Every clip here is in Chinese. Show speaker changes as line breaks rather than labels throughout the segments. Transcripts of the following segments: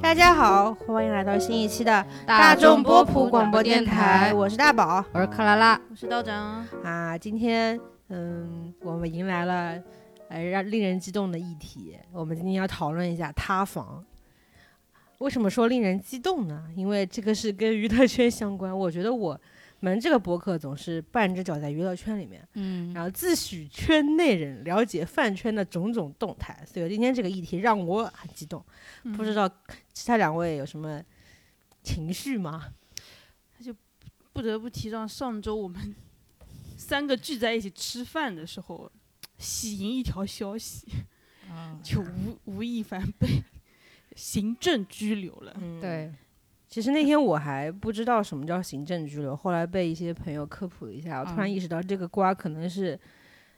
大家好，欢迎来到新一期的我是大宝
我是克拉拉，
我是道长，
啊。今天，嗯，我们迎来了，呃，让令人激动的议题。我们今天要讨论一下塌房。为什么说令人激动呢？因为这个是跟娱乐圈相关。我觉得我们这个博客总是半只脚在娱乐圈里面，
嗯，
然后自诩圈内人，了解饭圈的种种动态。所以今天这个议题让我很激动。不知
道
道其他两位有什么情绪吗？
不得不提到上周我们 三个聚在一起吃饭的时候，喜迎一条消息，
啊
就吴吴亦凡被行政拘留了。
嗯，
对，
其实那天我还不知道什么叫行政拘留，后来被一些朋友科普了一下，我突然
嗯
意识到这个瓜可能是。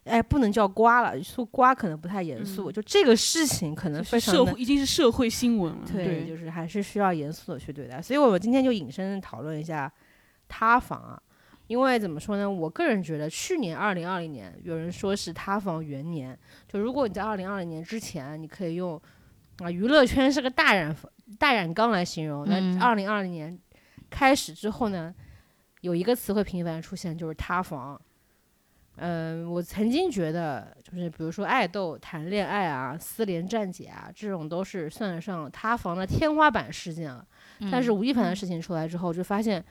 哎，不能叫瓜了，说瓜可能不太严肃。
嗯
就这个事情，可能
就
非
是
常
社
的
会已经是社会新闻了，
对，
对，
就是还是需要严肃的去对待。所以我们今天就引申讨论一下塌房啊，因为怎么说呢，我个人觉得去年二零二零年有人说是塌房元年，就如果你在二零二零年之前，你可以用啊娱乐圈是个大染坊大染缸来形容，那
嗯
二零二零年开始之后呢，有一个词会频繁出现，就是塌房。嗯，我曾经觉得，就是比如说爱豆谈恋爱啊、私联站姐啊，这种都是算得上塌房的天花板事件了。但是吴亦凡的事情出来之后，就发现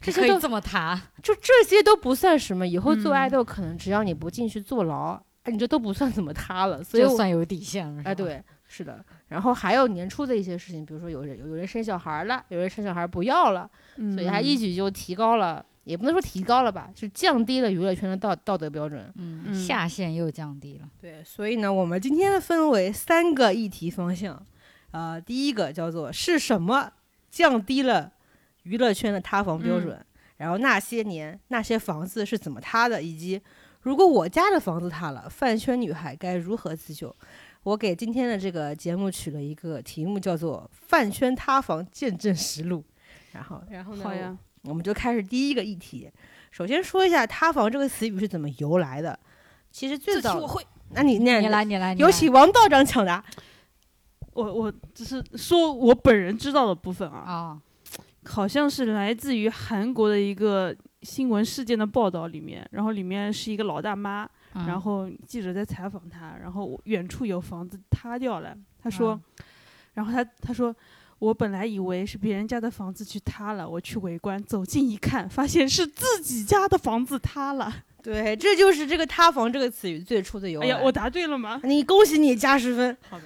这
嗯可
些都
以这么谈，
就这些都不算什么。以后做爱
嗯
豆，可能只要你不进去坐牢，哎，你这都不算怎么塌了。所以
就
我，
算有底线了。
哎，，对，是的。然后还有年初的一些事情，比如说有人有有人生小孩了，有人生小孩不要了，
嗯
所以他一举就提高了，也不能说提高了吧，就降低了娱乐圈的道道德标准。
嗯，
嗯
下限又降低了。
对，所以呢，我们今天的分为三个议题方向。呃，第一个叫做是什么降低了娱乐圈的塌房标准？然后那些年那些房子是怎么塌的，以及如果我家的房子塌了，饭圈女孩该如何自救？我给今天的这个节目取了一个题目，叫做“饭圈塌房见证实录”。然后，然后呢？
好呀，
我们就开始第一个议题。首先说一下“塌房”这个词语是怎么由来的。其实最
这题
早
我会，
那你那
你来，你来，你
有
来
请王道长抢答。
我我只是说我本人知道的部分啊，
啊，
好像是来自于韩国的一个新闻事件的报道里面，然后里面是一个老大妈，
嗯
然后记者在采访他，然后我远处有房子塌掉了，他说，
嗯
然后他他说，我本来以为是别人家的房子去塌了，我去围观，走近一看，发现是自己家的房子塌了。
对，这就是这个“塌房”这个词语最初的由来。
哎呀，我答对了吗？
你恭喜你加十分。哎
好的，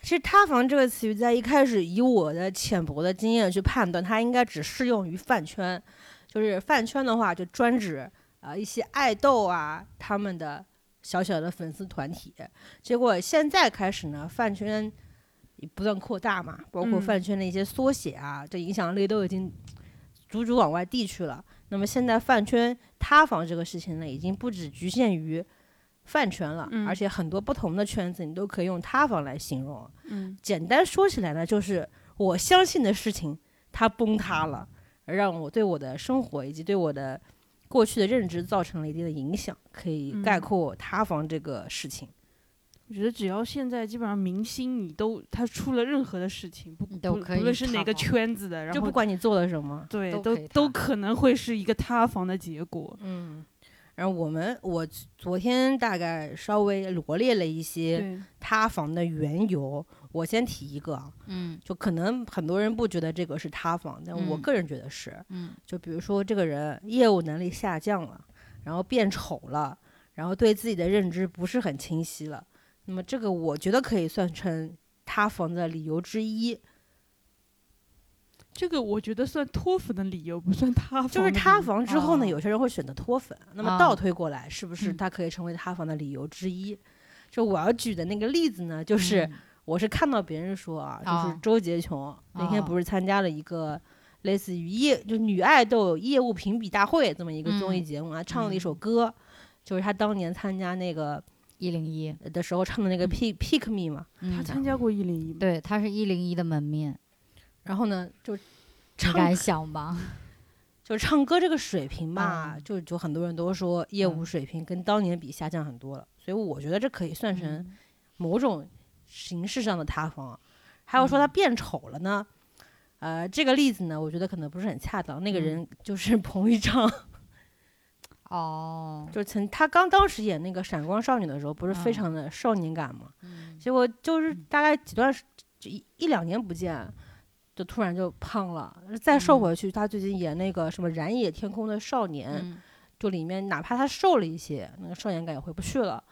其实“塌房”这个词语在一开始，以我的浅薄的经验去判断，它应该只适用于饭圈。就是饭圈的话，就专指啊、呃一些爱豆啊他们的小小的粉丝团体。结果现在开始呢，饭圈也不断扩大嘛，包括
嗯
饭圈的一些缩写啊，这影响力都已经逐逐往外地去了。那么现在饭圈塌房这个事情呢，已经不只局限于饭圈了，
嗯
而且很多不同的圈子你都可以用塌房来形容。
嗯
简单说起来呢，就是我相信的事情它崩塌了，而让我对我的生活以及对我的过去的认知造成了一定的影响，可以
嗯
概括塌房这个事情。
我觉得只要现在基本上明星你都他出了任何的事情，不
你都
不
可以
不论是哪个
塌房
圈子的，然
就不
后
管你做了什么，
对
都
都
可以
都
塌
可能会是一个塌房的结果。
嗯。然后我们我昨天大概稍微罗列了一些
对，
塌房的缘由，我先提一个啊，
嗯
就可能很多人不觉得这个是塌房，但我
嗯
个人觉得是，
嗯
就比如说这个人业务能力下降了，然后变丑了，然后对自己的认知不是很清晰了，那么这个我觉得可以算成塌房的理由之一，
这个我觉得算托付的理由，不算塌房的理由。
就是塌房之后呢，
哦
有些人会选择脱粉，那么
啊
倒推过来，是不是
嗯
他可以成为塌房的理由之一？就我要举的那个例子呢，
嗯
就是我是看到别人说啊，就是
啊
周杰琼那天
啊
不是参加了一个类似于业就女爱豆业务评比大会这么一个综艺节目啊，唱了一首歌，就是她当年参加那个呃
一零一，
的时候唱的那个
嗯
Pick Pick Me 嘛，
嗯
他参加过一零一吗？
对，他是一零一的门面，
然后呢就
你
唱
敢想吗？
就是唱歌这个水平吧，
啊
就就很多人都说业务
嗯
水平跟当年比下降
嗯
很多了，所以我觉得这可以算成某种形式上的塌房。还有说
嗯
他变丑了呢？呃，这个例子呢，我觉得可能不是很恰当。那个
嗯
人就是彭昱畅，
哦，
就曾他刚当时演那个《闪光少女》的时候，不是非
嗯
常的少年感嘛？结果就是大概几段时就一一两年不见，就突然就胖了。再瘦
嗯
回去，他最近演那个什么《燃野天空的少年》，
嗯，
就里面哪怕他瘦了一些，那个少年感也回不去了。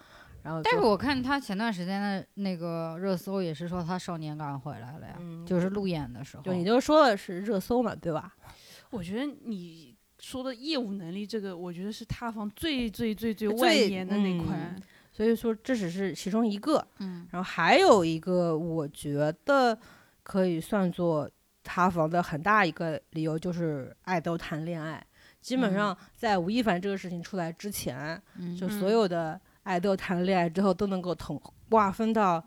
然后就，
但是我看他前段时间的那个热搜也是说他少年感回来了呀，
嗯
就是路演的时候，
就你就说的是热搜嘛，对吧？
我觉得你说的业务能力这个，我觉得是塌房最最最最
最
外延的那
嗯
块。
所以说这只是其中一个，
嗯
然后还有一个我觉得可以算作塌房的很大一个理由就是爱豆谈恋爱。基本
嗯
上在吴亦凡这个事情出来之前，
嗯，
就
嗯
所有的爱豆谈了恋爱之后都能够统划分到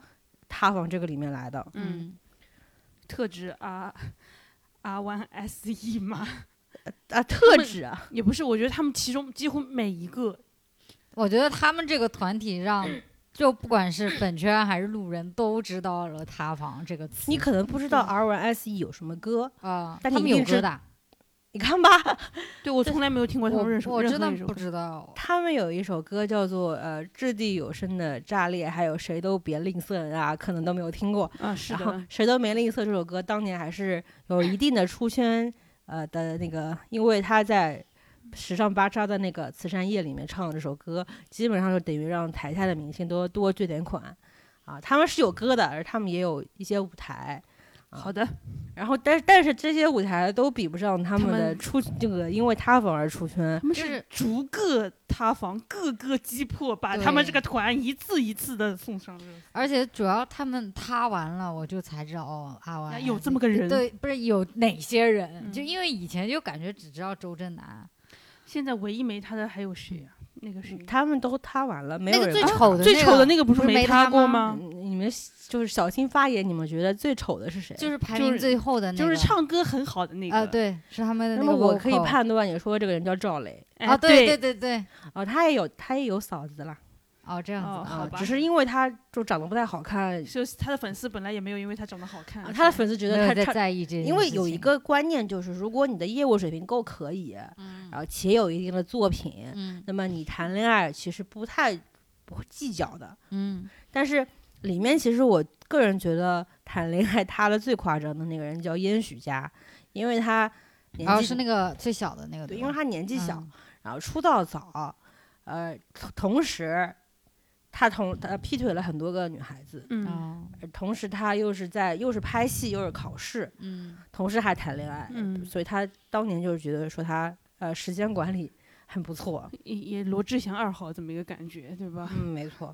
塌房这个里面来的。
嗯，特指 R R One S E 嘛，
啊，特指啊，
也不是，我觉得他们其中几乎每一个，
我觉得他们这个团体让 就不管是粉圈还是路人都知道了“塌房”这个词。
你可能不知道
嗯
R Y S E 有什么歌，
啊、
但
他
你一
们有
定
歌
是
的，
你看吧，
对我从来没有听过他
我
们认识
我真的不
道。
知道。
他们有一首歌叫做呃《掷地有声的炸裂》，还有谁都别吝啬啊，可能都没有听过。
啊，是
然后
的，
谁都没吝啬这首歌，当年还是有一定的出圈，呃的那个，因为他在时尚芭莎的那个慈善夜里面唱的这首歌，基本上就等于让台下的明星多多捐点款，啊，他们是有歌的，而他们也有一些舞台，
好的，
然后但但是这些舞台都比不上他
他
们
们
的出这个因为塌房而出圈
他，们
就是
是逐个塌房，各个击破，把他们这个团一次一次的送上热搜。
而且主要他们塌完了，我就才知道哦，啊完
有这么个人，
对，不是有哪些人？
嗯
就因为以前就感觉只知道周震南，
现在唯一没他的还有谁啊？那个谁，
嗯他们都塌完了，没
嗯那
有
个
人
最
看
丑的、
最丑的
那
那个不是
不是没
塌
他
过
吗
吗？
嗯你们就是小心发言，你们觉得最丑的是谁？
个就是排
就
名
是
最后的那个，
就是唱歌很好的那个
啊，，对，是他们的
那
那
么
个 vocal。
我可以判断你说这个人叫赵雷。
哎
啊，
对
对对对，
哦，他也有他也有嫂子啦，
哦这样子
哦
啊，
好
啊，
吧
只是因为他就长得不太好看，
就是他的粉丝本来也没有因为他长得好看，
啊他的粉丝觉
没有
得
在
他他，
在意这件事情，
因为有一个观念就是，如果你的业务水平够可以，然后且有一定的作品，
嗯
那么你谈恋爱其实不太不计较的。
嗯
但是里面其实我个人觉得谈恋爱塌的最夸张的那个人叫燕许佳，因为他年纪、
然后啊哦是那个最小的那个，
对，因为
吧
他年纪小，
嗯
然后出道早，呃，同同时他同他劈腿了很多个女孩子，
嗯
哦
呃同时他又是在又是拍戏又是考试，
嗯
同时还谈恋爱，
嗯，
所以他当年就是觉得说他呃时间管理很不错，
也也罗志祥二号这么一个感觉，对吧？
嗯，没错，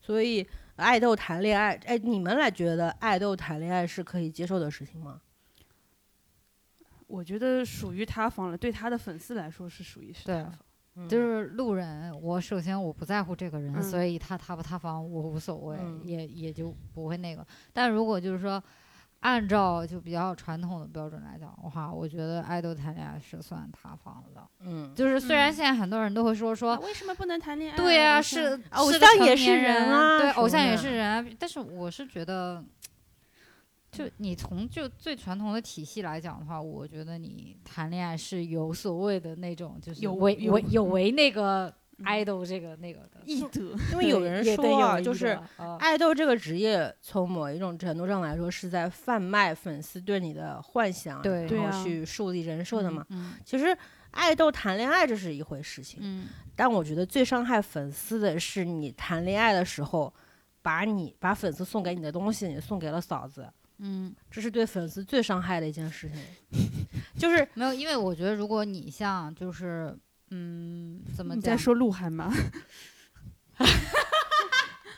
所以爱豆谈恋爱，哎，你们来觉得爱豆谈恋爱是可以接受的事情吗？
我觉得属于塌房了，对他的粉丝来说是属于是
对啊
塌房。
就是路人，我首先我不在乎这个人，
嗯
所以他塌不塌房我无所谓，
嗯
也也就不会那个。但如果就是说，按照就比较传统的标准来讲的话，我觉得爱豆谈恋爱是算塌房的。
嗯，
就是虽然
嗯
现在很多人都会说说，
啊为什么不能谈恋爱啊？
对呀、
偶像
是
偶
是个
像
成
也是
年
人啊
对，
什
偶
么
像也
的
是人啊。但是我是觉得，就你从就最传统的体系来讲的话，我觉得你谈恋爱是有所谓的那种，就是
有
违
有
违有违那个
嗯
idol 这个那个的。
艺德，
因为有人
也得
说啊，
有
就
一
是
个呃
爱豆这个职业，从某一种程度上来说，是在贩卖粉丝对你的幻想，
对
对
然
啊
后去树立人设的嘛。
嗯
其实爱豆谈恋爱这是一回事情，
嗯
但我觉得最伤害粉丝的是你谈恋爱的时候，把你把粉丝送给你的东西，你送给了嫂子，
嗯，
这是对粉丝最伤害的一件事情。 就是
没有，因为我觉得如果你像就是嗯怎么
你
讲
在，说鹿晗吗？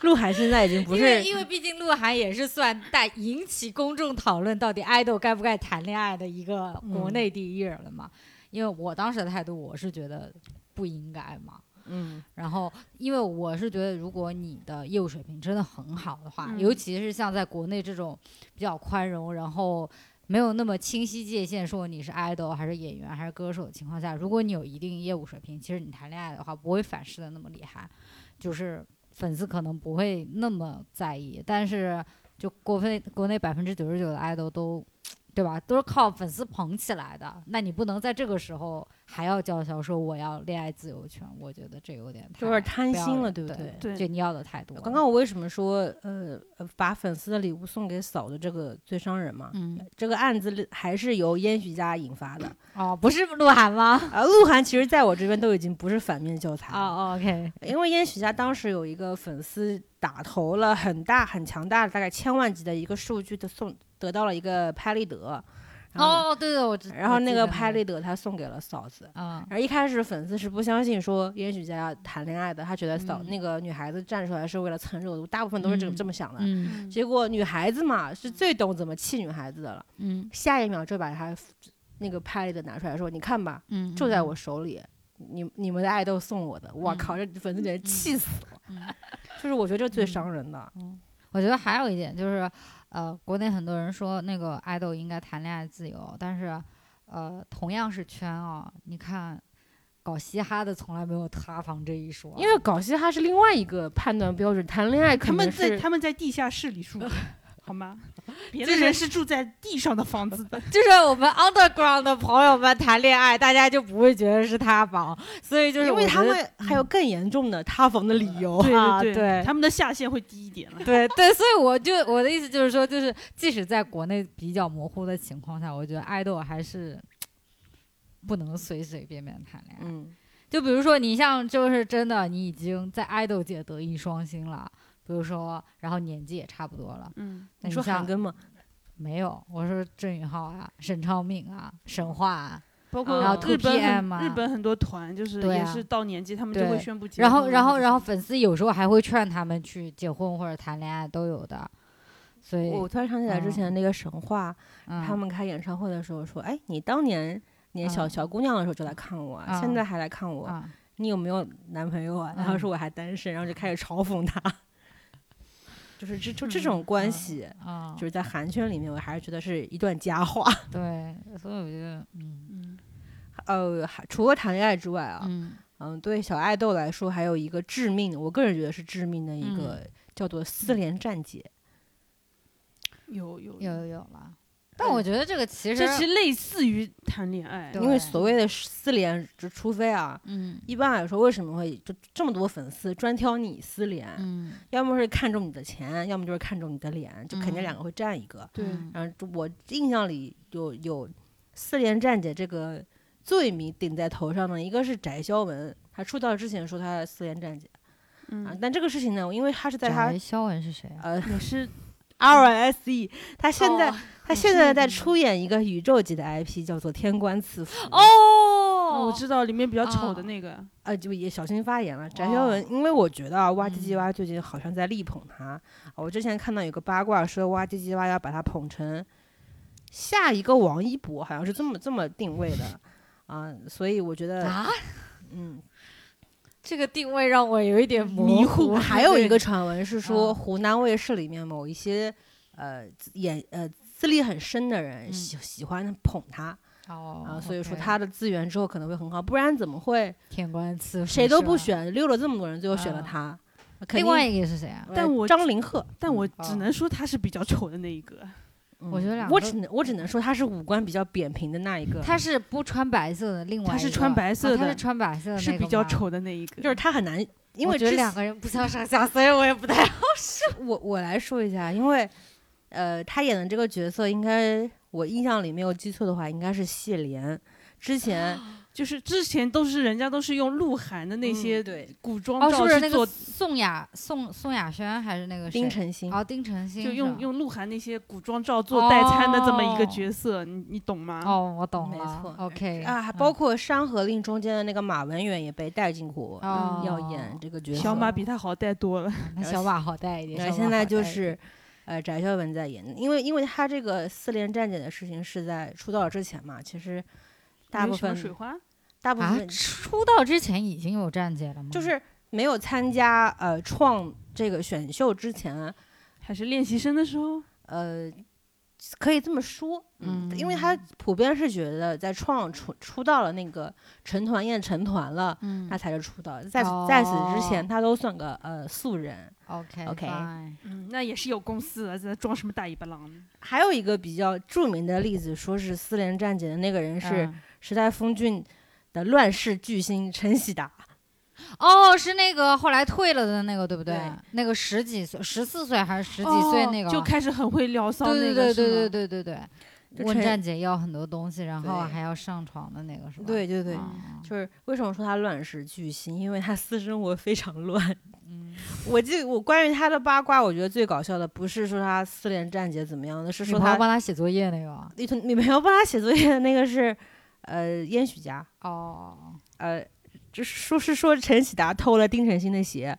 鹿晗现在已经不
因为
是
因为毕竟鹿晗也是算带引起公众讨论到底爱豆该不该谈恋爱的一个
嗯
国内第一人了嘛。因为我当时的态度，我是觉得不应该嘛。
嗯
然后，因为我是觉得，如果你的业务水平真的很好的话，
嗯
尤其是像在国内这种比较宽容，然后没有那么清晰界限，说你是 idol 还是演员还是歌手的情况下，如果你有一定业务水平，其实你谈恋爱的话不会反噬的那么厉害，就是粉丝可能不会那么在意，但是。就国内国内百分之九十九的爱豆都，对吧？都是靠粉丝捧起来的。那你不能在这个时候还要叫嚣说我要恋爱自由权，我觉得这有点太
有点贪心了
不要
对不
对？
对
就你要的太多了。
刚刚我为什么说呃呃把粉丝的礼物送给嫂子这个最伤人嘛？
嗯
这个案子还是由燕徐家引发的，
哦，不是鹿晗吗？
啊，鹿晗其实在我这边都已经不是反面教材了，
哦，OK，
因为燕许家当时有一个粉丝打投了很大很强大的大概千万级的一个数据的送，得到了一个拍立得，然后、
哦，对对，我知。
然后
我
那
记
个
得
拍立得他送给了嫂子。
啊，
而一开始粉丝是不相信说燕许家谈恋爱的，他觉得嫂、
嗯
那个女孩子站出来是为了蹭热度，大部分都是这么
嗯
这么想的。
嗯
结果女孩子嘛是最懂怎么气女孩子的了，
嗯
下一秒就把他那个拍立得拿出来说：“你看吧，
嗯，
就在我手里，你你们的爱豆送我的，我
嗯
靠，这粉丝简直气死了。
嗯
就是我觉得这最伤人的，
我觉得还有一点就是，呃，国内很多人说那个爱豆应该谈恋爱自由，但是，呃，同样是圈啊、你看，搞嘻哈的从来没有塌房这一说啊，
因 为搞嘻哈是另外一个判断标准，谈恋爱
他
可
们
能
在
是
他们在地下室里住 着，好吗？别
就
的
是
人是住在地上的房子 的，
就是我们 underground 的朋友们谈恋爱，大家就不会觉得是塌房，所以就是
因为
我
他
觉得
们还有更严重的塌房的理由。
啊
对
对
他们的下限会低一点了。
对对，所以我就我的意思就是说，就是即使在国内比较模糊的情况下，我觉得爱豆还是不能随随便便谈恋爱。
嗯，
就比如说，你像就是真的，你已经在爱豆界德艺双馨了，比如说，然后年纪也差不多了。
嗯，
那
你说
像
韩庚嘛，
没有？我说郑宇浩啊，沈昌明啊，沈化啊，
包
然
括
后
日本
2PM
很
啊
日本很多团就是
对
也
啊
是到年纪他们就会
对
宣布结
然
婚
后
了。
然后
就是
然后粉丝有时候还会劝他们去结婚或者谈恋爱都有的，所以
我突然想起来之前那个神话，
嗯
哦他们开演唱会的时候说：“哎，你当年年小
嗯
小姑娘的时候就来看我，
嗯
现在还来看我，
啊
你有没有男朋友啊？”然后
嗯
说我还单身，然后就开始嘲讽他， 就是这就这
嗯
种关系。
啊，
就是在韩圈里面，我还是觉得是一段佳话。
对，所以我觉得嗯
嗯
呃，还除了谈恋爱之外啊，
嗯
嗯，对小爱豆来说，还有一个致命的，我个人觉得是致命的一个、
嗯
叫做四连战姐。
有有
有有有了，但我觉得这个其实
这其实类似于谈恋爱，
对
因为所谓的四连，就除非啊，
嗯
一般来说，为什么会就这么多粉丝专挑你四连？
嗯
要么是看中你的钱，要么就是看中你的脸，就肯定
嗯
两个会占一个。
对
嗯
然后就我印象里有有四连战姐这个罪名顶在头上的，一个是翟潇闻，她出道之前说她四连战姐啊
嗯，，
但这个事情呢，因为她是在她
翟潇闻是谁啊？
呃
也是
R S E，她现在
哦
她现在在出演一个宇宙级的 IP，叫做《天官赐福》，
哦
哦我知道里面比较丑
哦
的那个，
呃，就也小心发言了。翟
哦
潇闻，因为我觉得啊，哇唧唧
嗯
哇最近好像在力捧她，我之前看到有个八卦说哇唧唧哇要把她捧成下一个王一博，好像是这么这么定位的。啊，所以我觉得，
啊，
嗯，
这个定位让我有一点模
迷
糊
糊。还有一个
对
传闻是说，
嗯
湖南卫视里面某一些呃自演呃资历很深的人
嗯
喜、喜欢捧他
哦
啊，所以说
OK
他的资源之后可能会很好，不然怎么会
天官赐福
谁都
是
不
吧。
选，溜了这么多人，最后选了
嗯
他。肯
另
定
外一个是谁啊？
呃
但我
张凌赫，
但我
哦
只能说他是比较丑的那一个。
嗯
我觉得两
我
个
只能我只能说他是五官比较扁平的那一个，
他是不穿白色的，另外
他是
一个
穿白色
啊他
的
是穿白色的那
是
个
比较
吗。
丑的那一个，
就是他很难，因
我
为
觉得
之
两个人不相上下，所以我也不 太
我我来说一下，因为呃，他演的这个角色应该我印象里没有记错的话，应该是谢怜。之 前
就是之前都是人家都是用鹿晗的那些
嗯对
古装
哦，是
照
不是
去
那
做
个，宋雅宋宋雅轩还是那个谁
丁程鑫，
哦，丁程鑫
就是用
吧
用鹿晗那些古装照做代餐的这么一个
哦
角色，你你懂吗？
哦，我懂
没
了。
错
OK
啊，还
嗯
包括《山河令》中间的那个马文远也被带进过，
哦
要演这个角色。
小马比他好带多了，
那小马好带一点。
对，
小马
现在
好
就
带一
是
点
呃翟潇闻在演，因为因为他这个四连战姐的事情是在出道之前嘛，其实大
有
部
什么
分
水花，
大部
啊
分，
出道之前已经有站姐了吗？
就是没有参加呃创这个选秀之前，
还是练习生的时候，
呃，可以这么说，
嗯
因为他普遍是觉得在创出出道了那个成团宴成团了，
嗯哦
他才是出道，在此在此之前他都算个呃素人。
，OK
OK
fine
嗯，那也是有公司的，在装什么大尾巴狼呢？
还有一个比较著名的例子，说是四连战姐的那个人是
嗯
时代峰峻的乱世巨星陈喜达，
哦，是那个后来退了的那个，对不对？
对
那个十几岁、十四岁还是十几岁那个？
哦就开始很会聊骚那
对对
个，
对
是吗
对对对对对，
就
问
陈
站姐要很多东西，然后
对
还要上床的那个是吧？
对对对，
啊
就是为什么说他乱世巨星，因为他私生活非常乱。
嗯，
我记得我关于他的八卦，我觉得最搞笑的不是说他四连战姐怎么样的，是
女
说
朋友
他
帮他写作业那个。
女同女朋友帮他写作业的那个是，呃，燕许家，
哦，
呃，这说是说陈启达偷了丁晨星的鞋，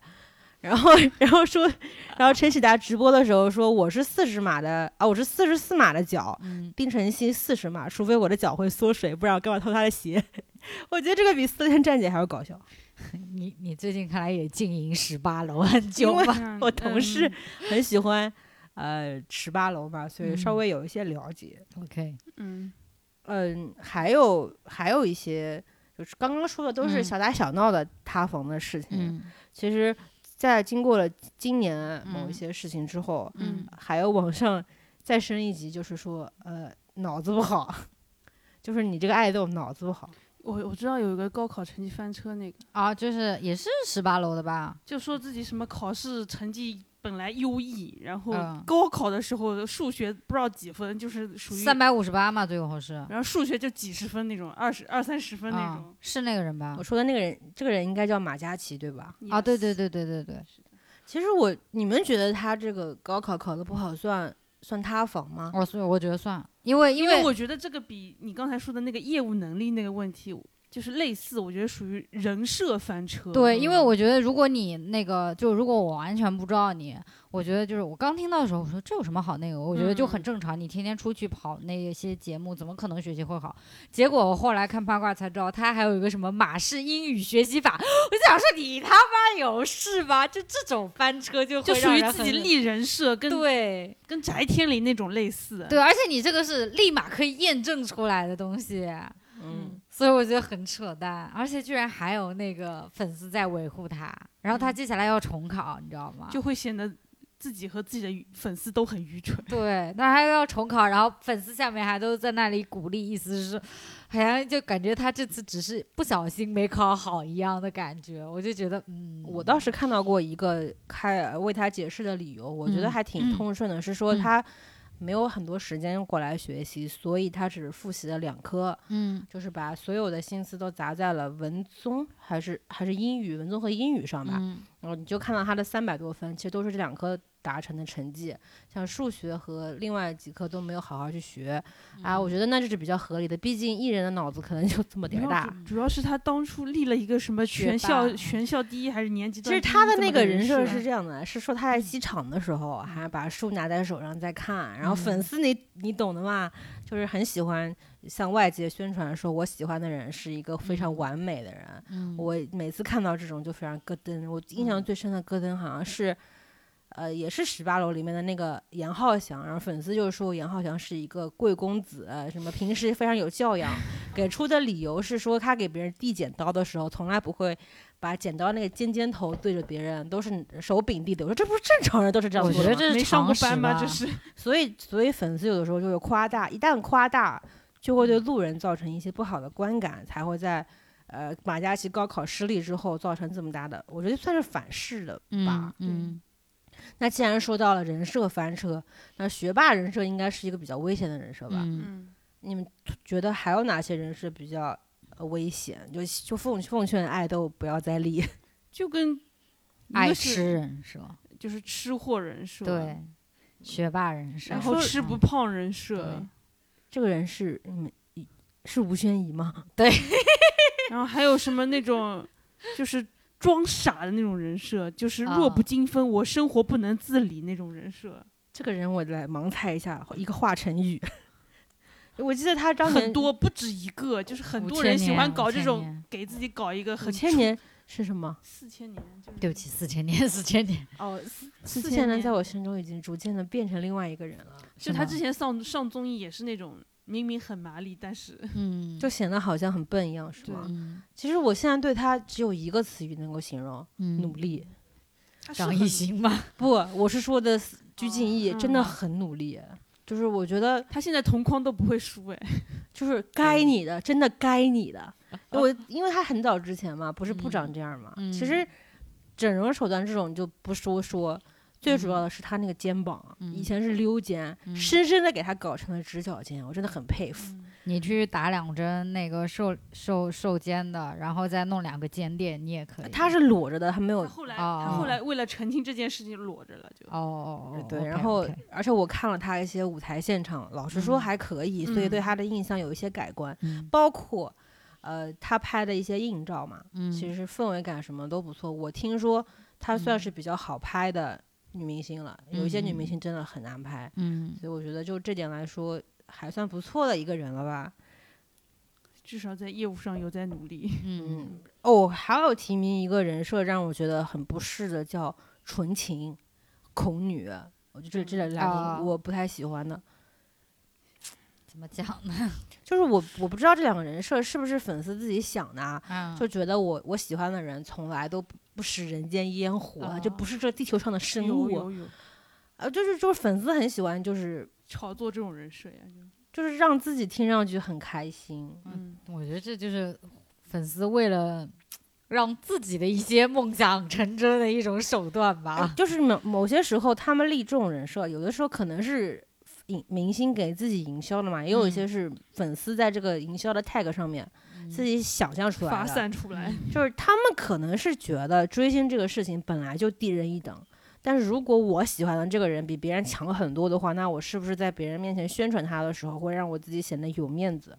然后然后说，然后陈启达直播的时候说我是四十码的啊，我是四十四码的脚，
嗯，
丁晨星四十码，除非我的脚会缩水，不然我干嘛偷他的鞋？ 我觉得这个比四天站姐还要搞笑。
你你最近看来也经营十八楼很久
因为
吧？
嗯
我同事很喜欢，呃，十八楼嘛，所以稍
嗯
微有一些了解。
OK，
嗯，
嗯，还有还有一些，就是刚刚说的都是
嗯
小打小闹的塌房的事情。
嗯
其实，在经过了今年啊某
嗯
一些事情之后，
嗯
嗯
还有往上再升一级，就是说，呃，脑子不好， 就是你这个爱豆脑子不好。
我我知道有一个高考成绩翻车那个，
啊，就是也是十八楼的吧？
就说自己什么考试成绩本来优异，然后
嗯
高考的时候数学不知道几分，就是属于
三，百五十八嘛，最后是
然后数学就几十分那种，二十二三十分那
啊
种，。
是那个人吧
我？说的那个人，这个人应该叫马嘉祺，对吧？
啊，对对
对，
对对对对，
其实我，你们觉得他这个高考考的不好算算塌房吗？
哦我所以我觉得算，因为因
因
为
为我觉得这个比你刚才说的那个业务能力那个问题，就是类似，我觉得属于人设翻车。
对，因为
嗯
我觉得如果你那个，就如果我完全不知道你，我觉得就是我刚听到的时候，我说这有什么好那个？我觉得就很
嗯
正常。你天天出去跑那些节目，怎么可能学习会好？结果我后来看八卦才知道，他还有一个什么马氏英语学习法。我就想说，你他妈有事吧？就这种翻车就
嗯就
会
属
让
于
人
自己
很
立人设，跟
对
跟翟天临那种类似。
对，而且你这个是立马可以验证出来的东西。
嗯，
所以我觉得很扯淡，而且居然还有那个粉丝在维护他，然后他
嗯
接下来要重考，你知道吗？
就会显得自己和自己的粉丝都很愚蠢。
对，那还要重考，然后粉丝下面还都在那里鼓励，意思是好像就感觉他这次只是不小心没考好一样的感觉。我就觉得，嗯，
我倒是看到过一个开为他解释的理由，我觉得
嗯
还挺通顺的，是说
嗯
他没有很多时间过来学习，所以他只复习了两科，
嗯
就是把所有的心思都砸在了文综还是还是英语，文综和英语上吧。
嗯
然后你就看到他的三百多分，其实都是这两科达成的成绩，像数学和另外几科都没有好好去学、啊。我觉得那就是比较合理的，毕竟艺人的脑子可能就这么点儿大。
主要是他当初立了一个什么全校
学霸
全校第一还是年级
其
段
实
第一
他的
这么
那
个
个人设是
设
这样的，是说他在机场的时候还把书拿在手上在看，然后
嗯
粉丝你你懂的嘛，就是很喜欢向外界宣传说我喜欢的人是一个非常完美的人。
嗯，
我每次看到这种就非常咯噔。我印象最深的咯噔好像是，呃，也是十八楼里面的那个杨浩翔，然后粉丝就说杨浩翔是一个贵公子，什么平时非常有教养，给出的理由是说他给别人递剪刀的时候从来不会。把剪刀那个尖尖头对着别人，都是手柄递的。我说这不是正常人都是这样
我
做
觉
的
得
吗？
这是
没上
常
过
识
班吗？
吧
这是
所以，所以粉丝有的时候就会夸大，一旦夸大，就会对路人造成一些不好的观感，才会在呃马嘉祺高考失利之后造成这么大的，我觉得算是反噬了吧。
嗯
那既然说到了人设翻车，那学霸人设应该是一个比较危险的人设吧？
嗯
嗯，
你们觉得还有哪些人设比较呃危险？就就奉奉劝爱豆不要再立。
就跟一
嗯，爱
个是
吃人设，
就是吃货人设，，
对，嗯学霸人设，
然后吃不胖人
对
设，
这个人是你们是吴宣仪吗？
然后还有什么那种就是装傻的那种人设，就是弱
啊
不禁风，我生活不能自理那种人设，
这个人我来盲猜一下，一个华晨宇。 我记得他当年
很多不止一个，就是很
五
多
千
人喜
年
欢
五
搞这
千
种
年，
给自己搞一个
五
很
千
出
年是什么？
四千年就是
对不起，四千年，四千年，
哦，四
四
千
千年在我心中已经逐渐的变成另外一个人了，
就是他
吗
之前上上综艺也是那种明明很麻利，但是
嗯，
就显得好像很笨一样，是
对
吗？
嗯
其实我现在对他只有一个词语能够形容：
嗯
努力。
他是
长
很
一星嘛，
不，我是说的鞠婧祎真的
嗯
很努力，就是我觉得
他现在同框都不会输哎，
就是
嗯
该你的，真的该你 的。我因为他很早之前嘛，不是部长这样嘛，
嗯
其实整容手段这种就不说说。最主要的是他那个肩膀，
嗯
以前是溜肩，
嗯
深深的给他搞成了直角肩，我真的很佩服。
你去打两针那个瘦瘦瘦肩的，然后再弄两个肩垫，你也可以。
他是裸着的，他没有
他后来
嗯哦
他后来为了澄清这件事情裸着了就
哦哦哦，
对，
OK，
然后
OK
而且我看了他一些舞台现场，老实说
嗯
还可以，所以对
嗯
他的印象有一些改观，
嗯
包括呃他拍的一些硬照嘛，
嗯，嗯
其实氛围感什么都不错。我听说她算是比较好拍的女明星了，有一些女明星真的很难拍，
嗯
所以我觉得就这点来说还算不错的一个人了吧。
至少在业务上有在努 力。
嗯
嗯，哦，还有提名一个人设让我觉得很不适的，叫纯情孔女，我就这这俩
啊
名我不太喜欢的。
怎么讲 呢？
就是我我不知道这两个人设是不是粉丝自己想的啊，
啊
就觉得我我喜欢的人从来都不不食人间烟火，
啊
就不是这地球上的生
有
物
有有
啊，就是就是粉丝很喜欢，就是
炒作这种人设呀，就
就是让自己听上去很开心。
嗯，
我觉得这就是粉丝为了让自己的一些梦想成真的一种手段
哎
啊
吧。
就是某某些时候他们立这种人设，有的时候可能是影明星给自己营销的嘛，也有一
嗯
些是粉丝在这个营销的 tag 上面、自己想象出来
发
的。
散出来，
就是他们可能是觉得追星这个事情本来就低人一等。但是如果我喜欢的这个人比别人强很多的话，那我是不是在别人面前宣传他的时候，会让我自己显得有面子？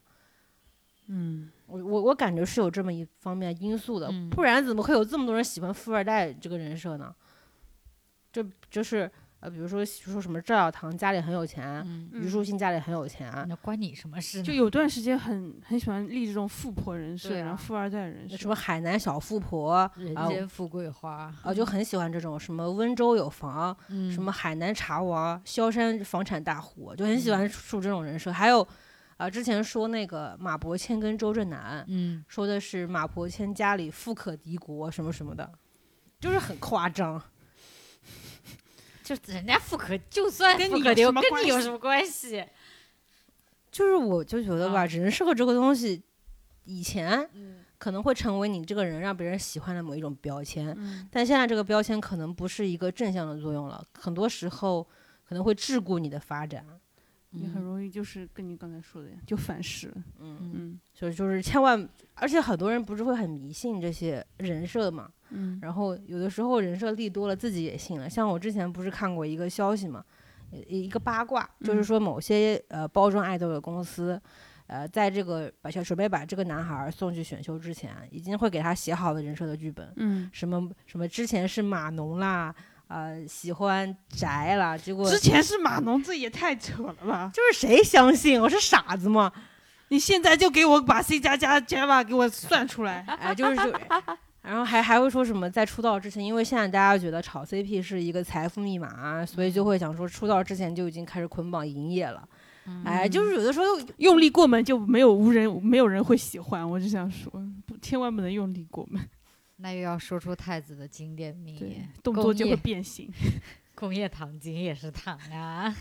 嗯，
我我我感觉是有这么一方面因素的，
嗯
不然怎么会有这么多人喜欢富二代这个人设呢？这就是呃，比如说说什么赵小棠家里很有钱，
嗯，
虞书欣家里很有钱，
那关你什么事呢？
就有段时间很很喜欢立这种富婆人设，
对啊
然后富二代人
那
设，
什么海南小富婆啊、
人
啊
间富贵花，
我就很喜欢这种什么温州有房，
嗯，
什么海南茶王、萧山房产大户，就很喜
嗯
欢树这种人设。还有啊、呃之前说那个马伯骞跟周震南，
嗯，
说的是马伯骞家里富可敌国什么什么的，就是很夸张。
就人家富可就算
跟
富
你
可
有
敌国
什么
跟
关
你有
系
什么关系？
就是我就觉得吧，
啊
人设这个东西，以前
嗯
可能会成为你这个人让别人喜欢的某一种标签，
嗯，
但现在这个标签可能不是一个正向的作用了，很多时候可能会桎梏你的发展。
也很容易就是跟你刚才说的呀，就反噬了，
嗯，
嗯
嗯
所以就是千万，而且很多人不是会很迷信这些人设嘛，
嗯，
然后有的时候人设立多了，自己也信了。像我之前不是看过一个消息嘛，呃一一个八卦，就是
嗯
说某些呃包装爱豆的公司，呃，在这个把小准备把这个男孩儿送去选秀之前，已经会给他写好了人设的剧本，
嗯，
什么什么之前是码农啦，呃，喜欢宅啦，结果
之
就
前是码农，这也太扯了吧！
是谁相信我是傻子吗？
你现在就给我把 C 加加 Java 给我算出来，
哎，就是就，然后还还会说什么在出道之前，因为现在大家觉得炒 CP 是一个财富密码啊，所以
嗯
就会想说出道之前就已经开始捆绑营业了。
嗯
哎，就是有的时候
用力过猛就没有无人没有人会喜欢。我只想说，不，千万不能用力过猛，
那又要说出太子的经典名
对
言，
动
工
作就
业
会变形。
工业糖精也是糖啊。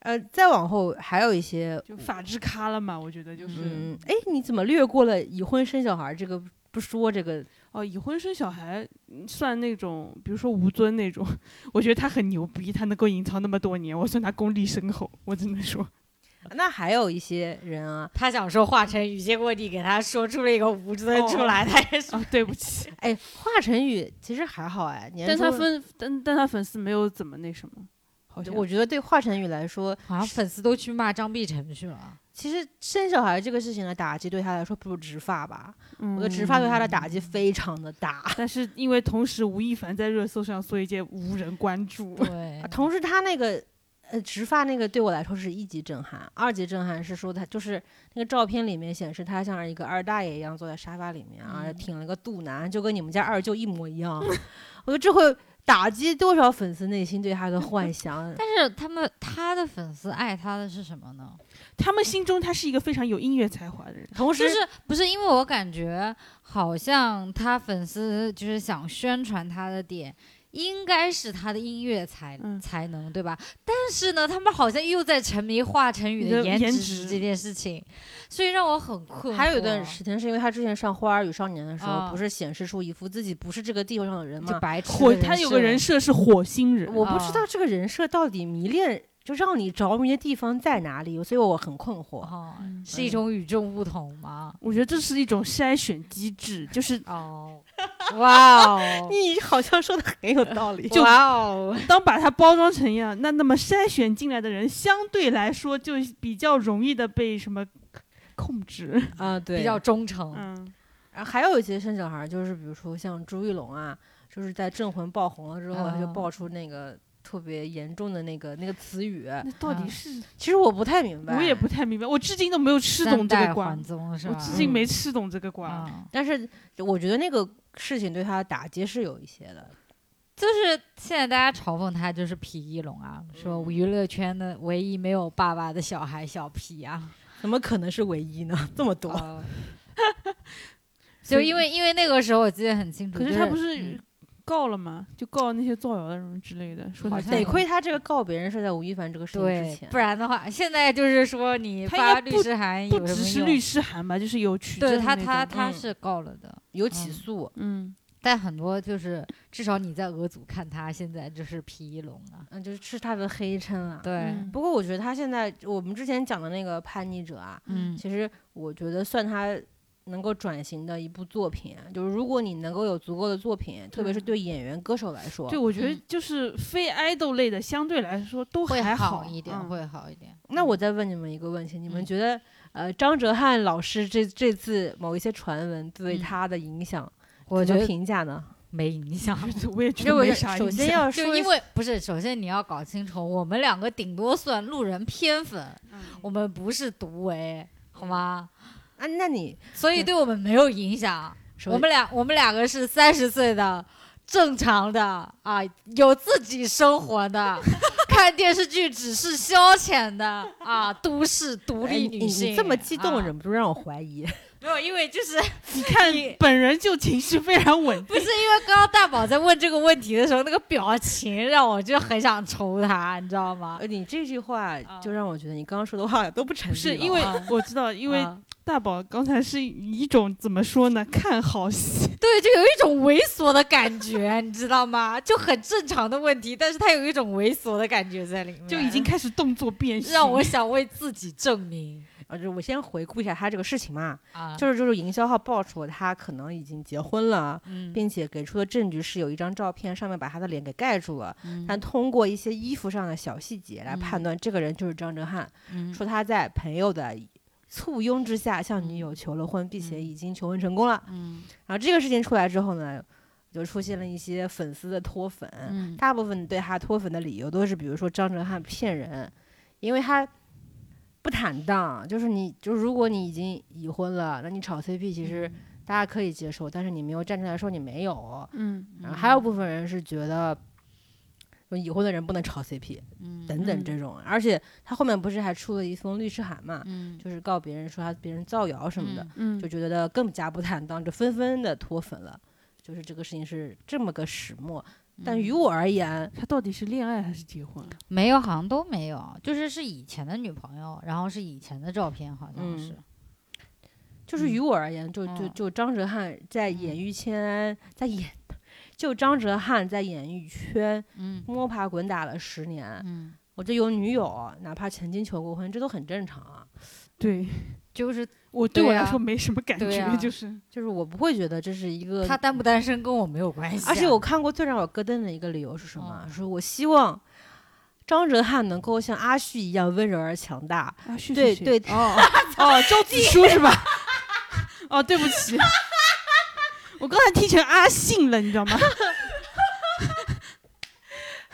呃，再往后还有一些，
就法制咖了嘛，我觉得就是、
嗯，哎，你怎么略过了已婚生小孩这个不说这个？
哦，已婚生小孩嗯算那种，比如说吴尊那种， 我觉得他很牛逼，他能够隐藏那么多年，我算他功力深厚，我只能 说，
那还有一些人啊，
他想说华晨宇，结果你给他说出了一个吴尊出来，他也说
啊，对不起，
哎，华晨宇其实还好哎，年
但他
初
分但但他粉丝没有怎么那什么，好像
我觉得对华晨宇来说，
好像粉丝都去骂张碧晨去了。啊
其实生小孩这个事情的打击对他来说不如植发吧，我
我
觉得植发对他的
嗯
打击非常的大。
但是因为同时吴亦凡在热搜上，所以也无人关注。
对
啊，同时他那个呃，植发那个对我来说是一级震撼，二级震撼是说他就是那个照片里面显示他像是一个二大爷一样坐在沙发里面啊，
嗯。
挺了个肚腩，就跟你们家二舅一模一样。 我觉得这会打击多少粉丝内心对他的幻想
但是他们他的粉丝爱他的是什么呢？
他们心中他是一个非常有音乐才华的人，
同时
就，是不是因为我感觉好像他粉丝就是想宣传他的点。应该是他的音乐才、
嗯
才能对吧？但是呢，他们好像又在沉迷华晨宇
你的
的颜
颜
值
值
这件事情，所以让我很啊困惑。
还有一段时间是因为他之前上《花儿与少年》的时候，
啊
不是显示出一副自己不是这个地球上的人
就
吗？
白痴的
火
人
他有个
设
人设是火星人，
我不知
啊
道这个人设到底迷恋就让你着迷的地方在哪里，所以我很困惑。
哦
嗯，
是一种与众不同吗？
我觉得这是一种筛选机制，就是
哦， 哇哦，
你好像说的很有道理 就
哇哦，
当把它包装成一样，那那么筛选进来的人相对来说就比较容易的被什么控制。
啊，对，
比较忠诚，
嗯，
然后啊还有一些生小孩儿，就是比如说像朱一龙啊，就是在《镇魂》爆红了之后，他就
啊
爆出那个特别严重的那个那个词语。
那到底
啊
是
其实我不太明白，
我也不。太明白，我至今都没有吃懂
三
这
代嗯
个瓜
还，宗是
我
吧？
至今没吃懂这个瓜。
嗯，
但是我觉得那个事情对他的打击是有一些的。
就是现在大家嘲讽他就是皮一龙啊，
嗯
说娱乐圈的唯一没有爸爸的小孩小皮 啊，
怎么可能是唯一呢？ 这么多，
哦就因为因为那个时候我记得很清楚，
可
就是
他不是
嗯
告了吗？就告那些造谣的人之类的，说他
好像
造
得
谣
亏他这个告别人是在吴亦凡这个事情之
对
前，，
不然的话，现在就是说你
他
发
应该
律师函
不
有
只
什
是
么
律
用？
师函吧，就是有取证
对
的
他
那
他
种
他
嗯
是告了的，
有起
嗯
诉。
嗯，
但很多就是，至少你在俄组看他现在就是皮一龙啊，
嗯，就是是他的黑称啊。
对，
嗯
不过我觉得他现在，我们之前讲的那个叛逆者啊，
嗯
其实我觉得算他能够转型的一部作品，啊就是如果你能够有足够的作品，特别是对演员、歌手来说，
对，我觉得
嗯
就是非 idol 类的，相对来说都
会
还
好一点，
嗯
会好一点。
那我再问你们一个问题：你们
嗯
觉得，呃，张哲瀚老师这这次某一些传闻对
嗯
他的影响，
我觉
怎么
得
评价呢？
没影响，
我也觉
因
得
为
没
我
啥
首
影
先
响
要说
就
一
因为不是，首先你要搞清楚，我们两个顶多算路人偏粉，我们不是独唯，好吗？
啊，那你
所以对我们没有影响。
首
我们俩，我们两个是三十岁的，正常的啊，有自己生活的， 看电视剧只是消遣的啊，都市独
哎
立
你
女性。
你这么激动，
啊
忍不住让我怀疑。
没有，因为就是
你 看
你
本人就情绪非常 稳
不是因为刚刚大宝在问这个问题的时候，那个表情让我就很想抽他，你知道吗？
呃，你这句话
啊
就让我觉得你刚刚说的话都不成立
不
了。
是因为
啊
我知道，因为
啊
大宝刚才是一种怎么说呢？看好戏，
对，就有一种猥琐的感觉，你知道吗？就很正常的问题，但是他有一种猥琐的感觉在里面，
就已经开始动作变形，
让我想为自己证明
啊，就我先回顾一下他这个事情嘛，
啊，
就是就是营销号爆出他可能已经结婚了，
嗯
并且给出的证据是有一张照片上面把他的脸给盖住了，
嗯
但通过一些衣服上的小细节来判断这个人就是张哲瀚，
嗯
说他在朋友的簇拥之下向女友求了婚，并且已经求婚成功了。
嗯
然后这个事情出来之后呢，就出现了一些粉丝的脱粉，
嗯
大部分对他脱粉的理由都是，比如说张哲瀚骗人，因为他不坦荡，就是你，就是如果你已经已婚了，那你炒 CP 其实大家可以接受，但是你没有站出来说你没有。
嗯，
然后还有部分人是觉得，就已婚的人不能炒 CP
嗯
等等这种，而且他后面不是还出了一封律师函嘛，
嗯
就是告别人说他别人造谣什么的，
嗯
就觉得更加不坦荡，就纷纷的脱粉了。就是这个事情是这么个始末，
嗯
但
嗯
于我而言，
他到底是恋爱还是结婚？
没有，好像都没有，就是是以前的女朋友，然后是以前的照片，好像
嗯
是。
就是于我而言，就就
嗯
就张哲瀚在演艺圈，在演，就张哲瀚在演艺圈
嗯
摸爬滚打了十年，
嗯，
我这有女友，哪怕曾经求过婚，这都很正常啊。
对
就是
我对我
对啊
来说没什么感
对
觉，
啊
就是
就是我不会觉得这是一个
他单不单身呃跟我没有关系啊、
而且我看过最让我咯噔的一个理由是什么啊？
嗯
说我希望张哲瀚能够像阿旭一样温柔而强大。
啊，是
对对，
哦哦，周子舒是吧？哦，对不起， 我刚才听成阿信了，你知道吗？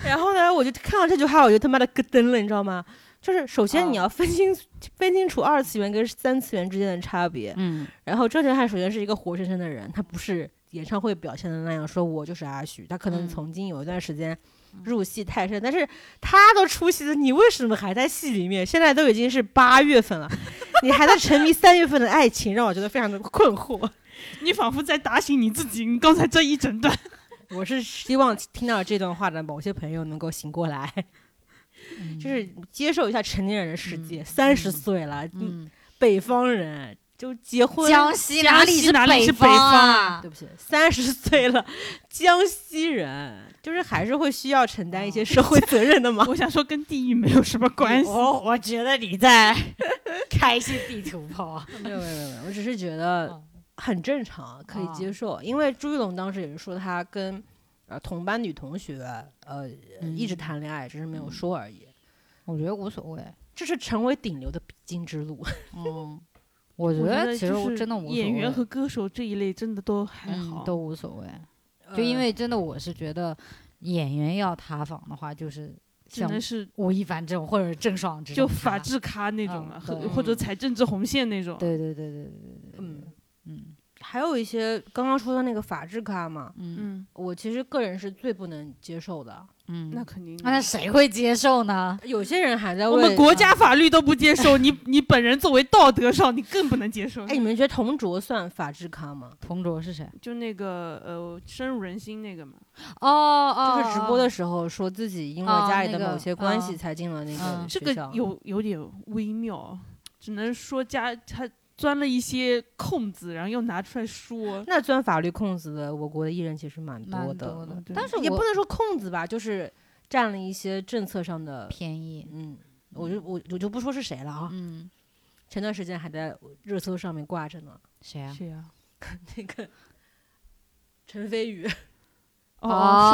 然后呢，我就看到这句话，我就他妈的咯噔了，你知道吗？就是首
嗯
先你要分清、分清楚二次元跟三次元之间的差别。
嗯，
然后郑震汉首先是一个活生生的人，他不是演唱会表现的那样，说我就是阿许，他可能
嗯
曾经有一段时间入戏太深，但是他都出戏了，你为什么还在戏里面？现在都已经是八月份了，你还在沉迷三月份的爱情，让我觉得非常的困惑。
你仿佛在打醒你自己，你刚才这一 整段。
我是希望听到这段话的某些朋友能够醒过来，
嗯
就是接受一下成年人的世界。
嗯
三十岁了，
嗯，
北方人就结婚，
江西
江
里
西哪里是北
方
方
啊？
对不起，三十岁了，江西人就是还是会需要承担一些社会责任的嘛。
我想说跟地域没有什么关系。
我我觉得你 在开一些地图炮。 啊
没有没有没有没有，我只是觉得
嗯
很正常，可以接受。因为朱一龙当时也是说他跟呃同班女同学呃一直
嗯
谈恋爱，只是没有说而已。
我觉得无所谓。
这是成为顶流的必经之 路。
嗯， 我觉
我
得其实
就
我
是
真的无所谓，
演员和歌手这一类真的都还
嗯
好，
都无所谓，就
嗯
因为真的我是觉得演员要塌房的话，就是
只
像
能是
吴亦凡这种或者郑爽这
就
种
法
塌。
制咖那种啊，
嗯对
或或者踩政治红线那种。
对对对对对，
嗯，
嗯
还有一些刚刚说的那个法制咖嘛，
嗯
嗯，
我其实个人是最不能接受的。
嗯，
那肯定的。
那谁会接受呢？
有些人还在
我
为
嗯
们国家法律都不接受，你你本人作为道德上你更不能接受。
哎，你们觉得同卓算法制咖吗？
同卓是谁？
就那个呃，深入人心那个嘛，
哦哦，
就是直播的时候说自己因为
哦
家里的
那个
某些关系
嗯
才进了那个
嗯
学
这
校。
个有有点微妙，只能说加他钻了一些空子，然后又拿出来说。
那钻法律空子的，我国的艺人其实蛮
蛮
多的，
的
嗯，对
但是
也
我
不能说空子吧，就是占了一些政策上的，
便宜。
嗯。我就我我就不说是谁了啊，
嗯，
前段时间还在热搜上面挂着呢，
谁啊？
谁呀、
那个陈飞宇，
哦，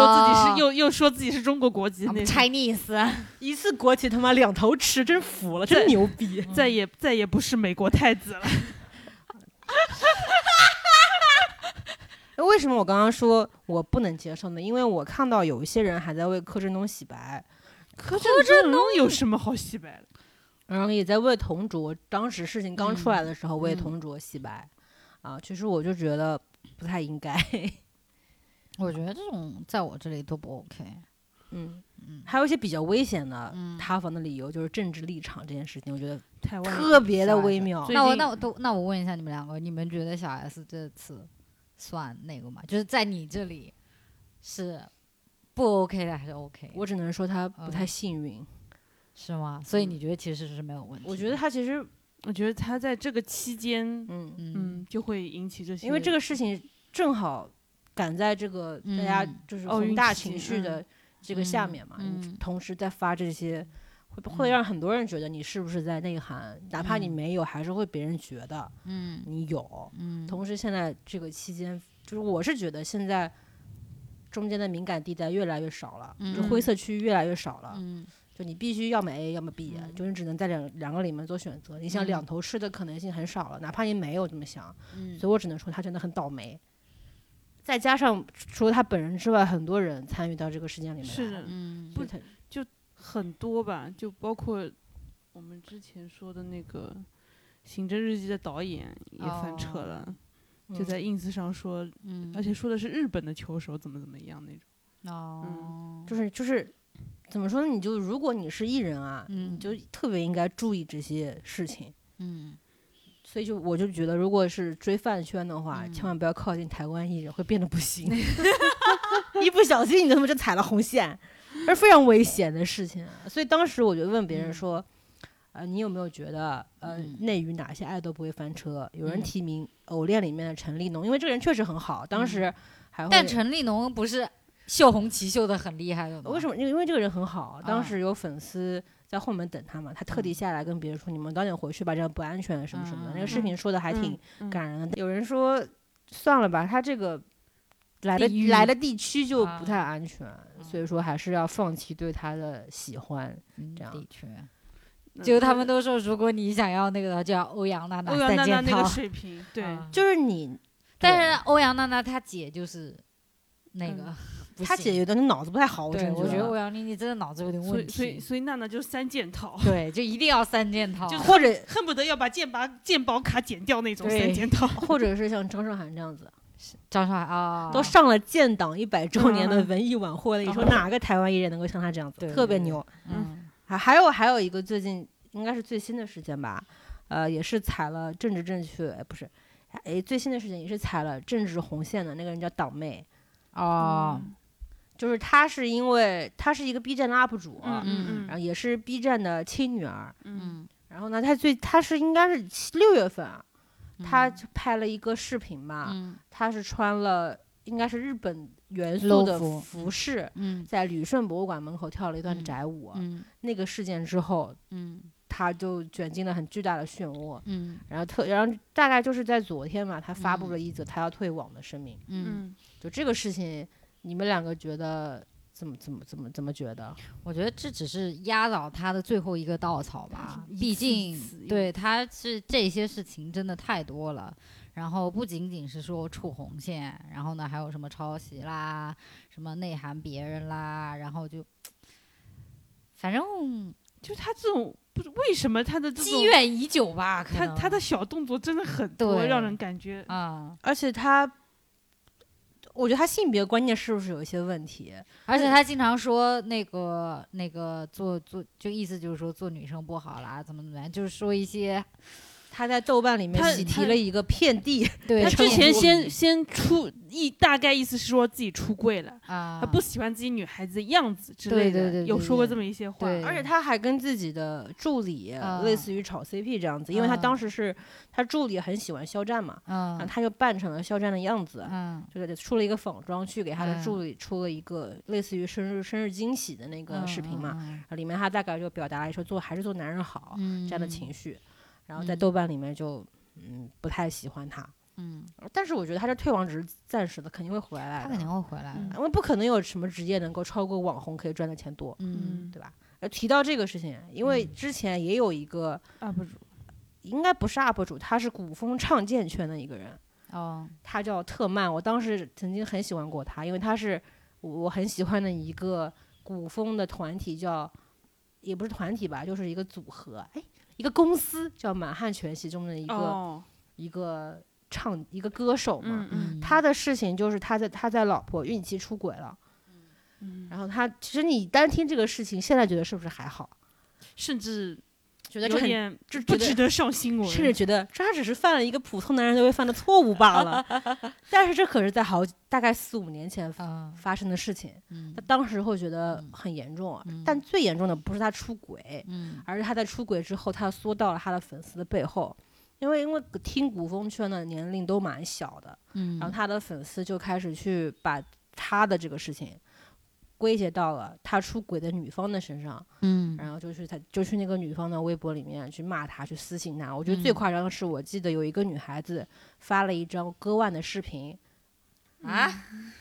哦
说自己是又又说自己是中国国籍
哦
啊
那种
Chinese，啊
一次国旗他妈两头吃，真服了，真
对嗯
牛逼！
再也再也不是美国太子了。
那为什么我刚刚说我不能接受呢？因为我看到有一些人还在为柯震东洗白，
柯震东有什么好洗白的？
然后也在为同卓，当时事情刚出来的时候为
嗯
同卓洗白，啊，其实我就觉得不太应该。
我觉得这种在我这里都不 OK。
嗯
嗯，
还有一些比较危险的
嗯
塌房的理由，就是政治立场这件事情，我觉得
台湾
特别的微妙
最。
那我
近
那我都那我问一下你们两个，你们觉得小 S 这次算那个吗？就是在你这里是不 OK 的还是 OK？
我只能说他不太
嗯
幸运。
是吗？所以
嗯
你觉得其实是没有问题的？
我觉得他其实，
我觉得他在这个期间，
嗯，
嗯
嗯，就会引起这些，
因为这个事情正好赶在这个大家
嗯
就是
奥运
宏大
期
情
间
绪的这个下面嘛，
嗯
你
嗯
同时在发这些，会会
嗯
让很多人觉得你是不是在内涵，哪怕你
嗯
没有，还是会别人觉得。
嗯
你有。
嗯
同时，现在这个期间，就是我是觉得现在中间的敏感地带越来越少了，就
嗯
灰色区域越来越少了。
嗯
就你必须要么 A，要么 B，、
嗯
就是只能在两两个里面做选择。你想
嗯
两头吃的可能性很少了，哪怕你没有这么想，
嗯
所以我只能说他真的很倒霉。再加上除了他本人之外，很多人参与到这个事件里面来，
是的，
嗯
所以他
很多吧，就包括我们之前说的那个《刑侦日记》的导演也
哦
翻车了，
嗯
就在 ins 上说，
嗯
而且说的是日本的球手怎么怎么样那种。
哦
嗯、就是就是怎么说呢？你就如果你是艺人啊，你
嗯
就特别应该注意这些事情。
嗯
所以就我就觉得，如果是追饭圈的话，
嗯
千万不要靠近台湾艺人，会变得不 行。 一不小心你他妈就踩了红线，而非常危险的事情啊。所以当时我就问别人说：“呃，你有没有觉得，呃，
嗯
内娱哪些爱豆不会翻车？”有人
嗯
提名《偶恋》里面的陈立农，因为这个人确实很好，当时还会。
嗯但陈立农不是绣红旗绣的很厉害的吗？
为什
么？
么？因为因为这个人很好，当
啊嗯
时有粉丝在后门等他嘛，他特地下来跟别人说：“你们早点回去吧，这样不安全啊什么什么的。”那个视
嗯
频说的还挺
嗯
感人的。有人说，算了吧，他这个来的
地域
来的地区就不
啊
太安全，所以说还是要放弃对他的喜欢。
嗯
这样
的确，
那
就他们都说，如果你想要那个的话，就要欧阳娜娜
嗯欧阳
三
娜娜
件
那个
套。
水平，对，
啊
就是你，
但是欧阳娜娜她姐就是那个
嗯
不
他姐
行
有点脑子不太好，
对，
真
我觉得
得
欧阳妮妮真的脑子有点
所
问
以所以
题，
所以娜娜就是三件套，
对，就一定要三件套，
就
或者
恨不得要把健保健保卡剪掉那种
对
三件套。
或者是像张韶涵这样子，
张韶涵啊，
都上了建党一百周年的
嗯
文艺晚会了，你说
嗯
哪个台湾艺人能够像他这样子，
对
特别
对
牛。
嗯
还还有还有一个最近应该是最新的事件吧，呃，也是踩了政治正确，哎，不是，哎，最新的事情也是踩了政治红线的那个人叫党妹，
嗯
哦，
就是她是因为她是一个 B 站的 UP 主，啊
嗯
嗯
嗯
然后也是 B 站的亲女儿，
嗯
嗯，
然后呢，她最她是应该是七六月份啊，她
嗯
就拍了一个视频吧，
嗯
她是穿了应该是日本元素的
low 服
服饰，
嗯
在旅顺博物馆门口跳了一段
嗯
宅舞，
嗯
那个事件之后，
嗯
他就卷进了很巨大的漩涡。
嗯
然后特，然后大概就是在昨天嘛，他发布
嗯
了一则他要退网的声明。
嗯，
嗯，
就这个事情，你们两个觉得怎么怎么怎么怎么觉得？
我觉得这只是压倒他的最后一个稻草吧
一，次
毕
一
竟
次一
对他是这些事情真的太多了。然后不仅仅是说触红线，然后呢还有什么抄袭啦，什么内涵别人啦，然后就，反正
就他这种不是为什么他的这种
积怨已久吧，可
他
能
他的小动作真的很多，
对
让人感觉
啊、
而且他，我觉得他性别观念是不是有一些问题？
而且他经常说那个那个做做，就意思就是说做女生不好啦，怎么怎么样，就是说一些
他在豆瓣里面
他
喜提
他
了一个遍地，
对
他之前
冲突
先先出意，大概意思是说自己出柜了，
啊，
他不喜欢自己女孩子的样子之
对
类的，
对对对
有说过
对
这么一些话。
对
而且他还跟自己的助理、
啊
类似于炒 CP 这样子，因为他
啊
当时是他助理很喜欢肖战嘛，然后
嗯
他就扮成了肖战的样子，
嗯
就是出了一个仿妆，去给他的
嗯
助理出了一个类似于生日生日惊喜的那个视频嘛，，里面他大概就表达了说做还是做男人好、
嗯
这样的情，绪，然后在
嗯
豆瓣里面就嗯不太喜欢他，
嗯，嗯
但是我觉得他这退网只是暂时的，肯定会回
他
来
肯定
的，
会回来的，
因为不可能有什么职业能够超过网红可以赚的钱多，
嗯
对吧？呃，提到这个事情，因为之前也有一个、
，UP 主
应该不是 UP 主，他是古风唱剑圈的一个人，
哦，
他叫特曼，我当时曾经很喜欢过他，因为他是我我很喜欢的一个古风的团体叫，也不是团体吧，就是一个组合，哎，一个公司叫满汉全席中的一个、
哦，
一个唱一个歌手嘛。
嗯嗯
他的事情就是他在他在老婆孕期出轨了，
嗯，
然后他其实你单听这个事情，现在觉得是不是还好？
甚至
觉得这
有
很，
点
这
不
觉得
值得上新闻，
甚至觉得这他只是犯了一个普通男人都会犯的错误罢 了。但是这可是在好大概四五年前
啊，
发生的事情，
嗯
他当时会觉得
嗯
很严重，啊
嗯
但最严重的不是他出轨，
嗯
而是他在出轨之后，他缩到了他的粉丝的背后。因为因为听古风圈的年龄都蛮小的，
嗯，
然后他的粉丝就开始去把他的这个事情归结到了他出轨的女方的身上，
嗯
然后就去他就去那个女方的微博里面去骂他，去私信他。我觉得最
嗯
夸张的是，我记得有一个女孩子发了一张割腕的视频，
啊，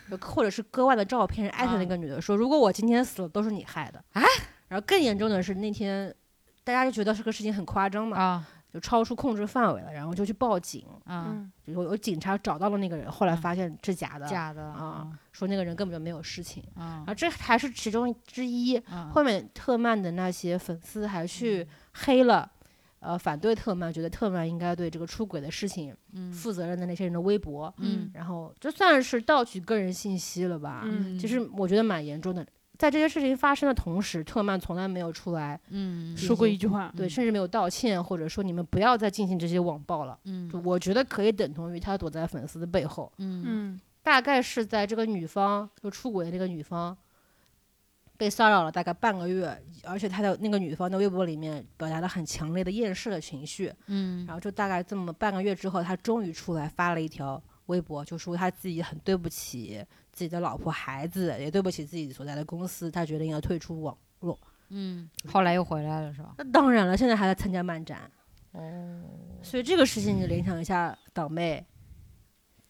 就或者是割腕的照片，艾特那
啊
个女的说：“如果我今天死了，都是你害的
啊！”
然后更严重的是那天，大家就觉得这个事情很夸张嘛，
啊
就超出控制范围了，然后就去报警，
啊，
嗯
有有警察找到了那个人，后来
嗯
发现是假的，
假的
啊说那个人根本就没有事情。
啊
啊，这还是其中之一。
啊，嗯
后面特曼的那些粉丝还去黑了。呃，反对特曼，觉得特曼应该对这个出轨的事情
嗯
负责任的那些人的微博，
嗯
然后这算是盗取个人信息了吧？
嗯
其实我觉得蛮严重的。在这些事情发生的同时，特曼从来没有出来，
嗯
说过一句话，
对，
嗯
甚至没有道歉，或者说你们不要再进行这些网暴了。
嗯
就我觉得可以等同于他躲在粉丝的背后，
嗯
嗯
大概是在这个女方就出轨的那个女方被骚扰了大概半个月，而且他的那个女方的微博里面表达了很强烈的厌世的情绪，
嗯
然后就大概这么半个月之后，他终于出来发了一条微博，就说他自己很对不起自己的老婆、孩子，也对不起自己所在的公司，他决定要退出网。
嗯，后来又回来了是吧？
那当然了，现在还在参加漫展，
哦，
所以这个事情你联想一下，岛妹，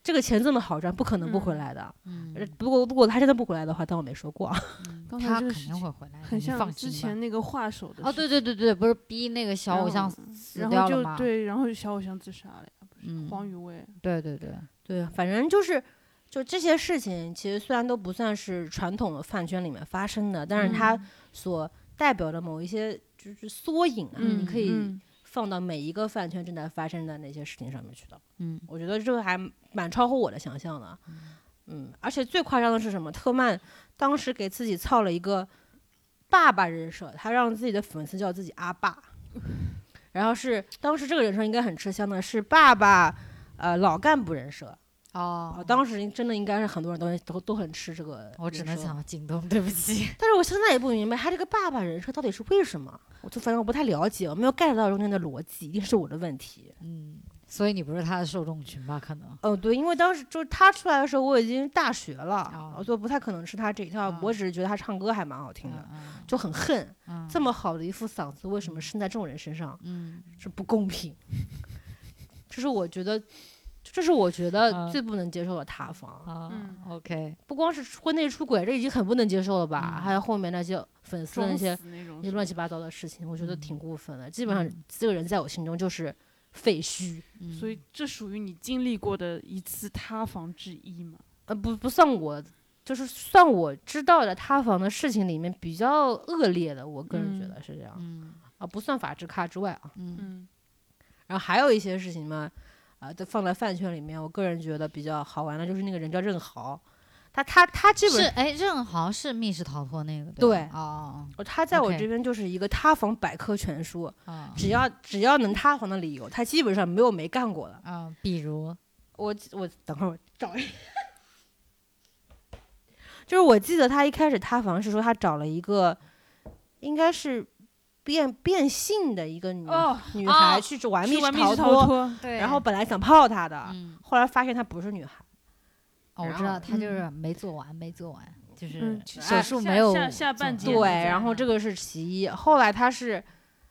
这个钱这么好赚，不可能不回来的。
嗯
呃，不过如果他真的不回来的话，当我没说过啊。
刚才
他肯
这个事
定
情
会回来的，
很
你
像
放
之
心吧
前那个画手的
哦，
事
对对对对，不是逼那个小偶像
然后
死
然
掉
后
了
就哦
吗？
对，然后小偶像自杀了呀，
嗯，
黄雨薇，
对对对，
啊对，反正就是。就这些事情，其实虽然都不算是传统的饭圈里面发生的，但是
嗯
它所代表的某一些就是缩影啊，
嗯
你可以
嗯
放到每一个饭圈正在发生的那些事情上面去的。
嗯
我觉得这个还蛮超乎我的想象的。嗯，而且最夸张的是什么？特曼当时给自己操了一个爸爸人设，他让自己的粉丝叫自己阿爸。然后是当时这个人设应该很吃香的，是爸爸，呃，老干部人设。啊，
哦，
当时真的应该是很多人都都都很吃这个。
我只能，想到京东，对不起。
但是我现在也不明白他这个爸爸人设到底是为什么，我就反正我不太了解，我没有 get 到中间的逻辑，一定是我的问题。
嗯，所以你不是他的受众群吧？可能。
哦，对，因为当时就是他出来的时候，我已经大学了，
哦
所以不太可能吃他这一套。
哦
我只是觉得他唱歌还蛮好听的，
嗯
就很恨
嗯
这么好的一副嗓子，为什么生在这种人身上？
嗯
这不公平。这是我觉得，这是我觉得
嗯
最不能接受的塌房。
啊
嗯
，OK，
不光是婚内出轨，这已经很不能接受了吧？
嗯
还有后面那些粉丝的那
装
些
死那种
那些乱七八糟的事情，我觉得
嗯
挺过分的。基本上
嗯
这个人在我心中就是废墟。
所以这属于你经历过的一次塌房之一嘛？
呃，不不算我，就是算我知道的塌房的事情里面比较恶劣的，我个人觉
嗯
得是这样、
嗯
啊，不算法制咖之外啊。
嗯
嗯
然后还有一些事情嘛，啊、都放在饭圈里面，我个人觉得比较好玩的就是那个人叫任豪，他他他基
是
本
哎，任豪是密室逃脱那个
对
吧哦
他在我
OK
这边就是一个塌房百科全书，
哦哦
只要只要能塌房的理由，他基本上没有没干过的。
啊，比如
我记我等会儿我找一 下，就是我记得他一开始塌房是说他找了一个，应该是变变性的一个女、
哦，
女
哦
孩去玩
去
室
玩密室
脱，
脱，
对
然后本来想泡她的，
嗯，
后来发现她不是女孩，
哦，我
然
知道
后
他就是没做完，没做完，就是
嗯
手术
下
没有
下下半
做
截
完
对，
没在
然后这个是其一，后来她是。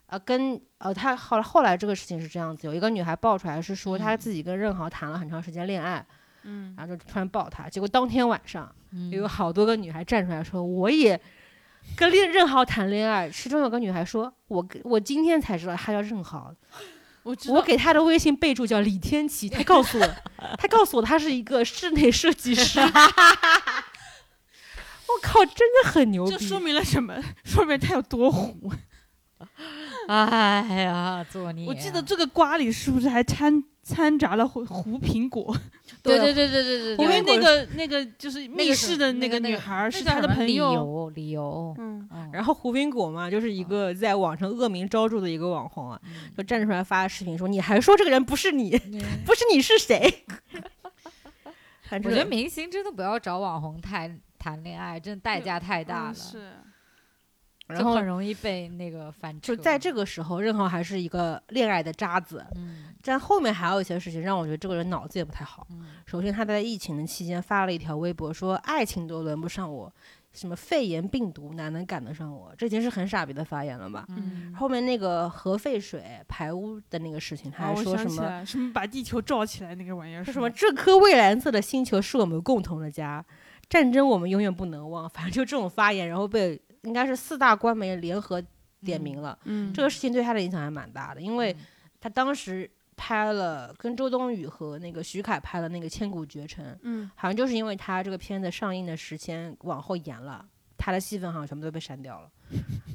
呃，跟呃，她后来后来这个事情是这样子，有一个女孩爆出来是说她
嗯
自己跟任豪谈了很长时间恋爱，
嗯
然后就突然爆他，结果当天晚上
嗯
有好多个女孩站出来说，我也跟任任豪谈恋爱。其中有个女孩说，我跟我今天才知道他叫任豪，
我知道
我给他的微信备注叫李天琪，他告诉我，他告诉我他是一个室内设计师。 我靠，真的很牛
这
逼！
说明了什么？ 说明他有多虎。
哎呀，做孽！
嗯
啊
我记得这个瓜里是不是还掺掺杂了胡胡 苹果？
对对对对对对对，
因为那个那个就是
那
密
个是
室的
那个那
女
个
孩是
那叫
他的
什么
朋
理
友。
由理由，
嗯，
嗯，
然后胡苹果嘛，就是一个在网上恶名昭著的一个网红啊，就
嗯
站出来发视频说：“你还说这个人不是你， 不是你是谁？” 反
我
正
觉得明星真的不要找网红谈谈恋爱，真的代价太大了，
嗯是，
然
就
后
很容易被那个翻车。
就在这个时候，任豪还是一个恋爱的渣子。
嗯，
但后面还有一些事情让我觉得这个人脑子也不太好。
嗯
首先，他在疫情的期间发了一条微博说：“爱情都轮不上我，什么肺炎病毒哪能赶得上我？”这已经是很傻逼的发言了吧？
嗯
后面那个核废水排污的那个事情，他
啊，
还
我
说
想
什
起
么？
来，什么把地球罩起来那个玩意儿，
说什么？这颗蔚蓝色的星球是我们共同的家，战争我们永远不能忘。反正就这种发言，然后被应该是四大官媒联合点名了。
嗯，
这个事情对他的影响还蛮大的，因
嗯
为他当时拍了跟周冬雨和那个徐凯拍的那个《千古绝尘》，
嗯
好像就是因为他这个片子上映的时间往后延了，他的戏份好像全部都被删 掉了。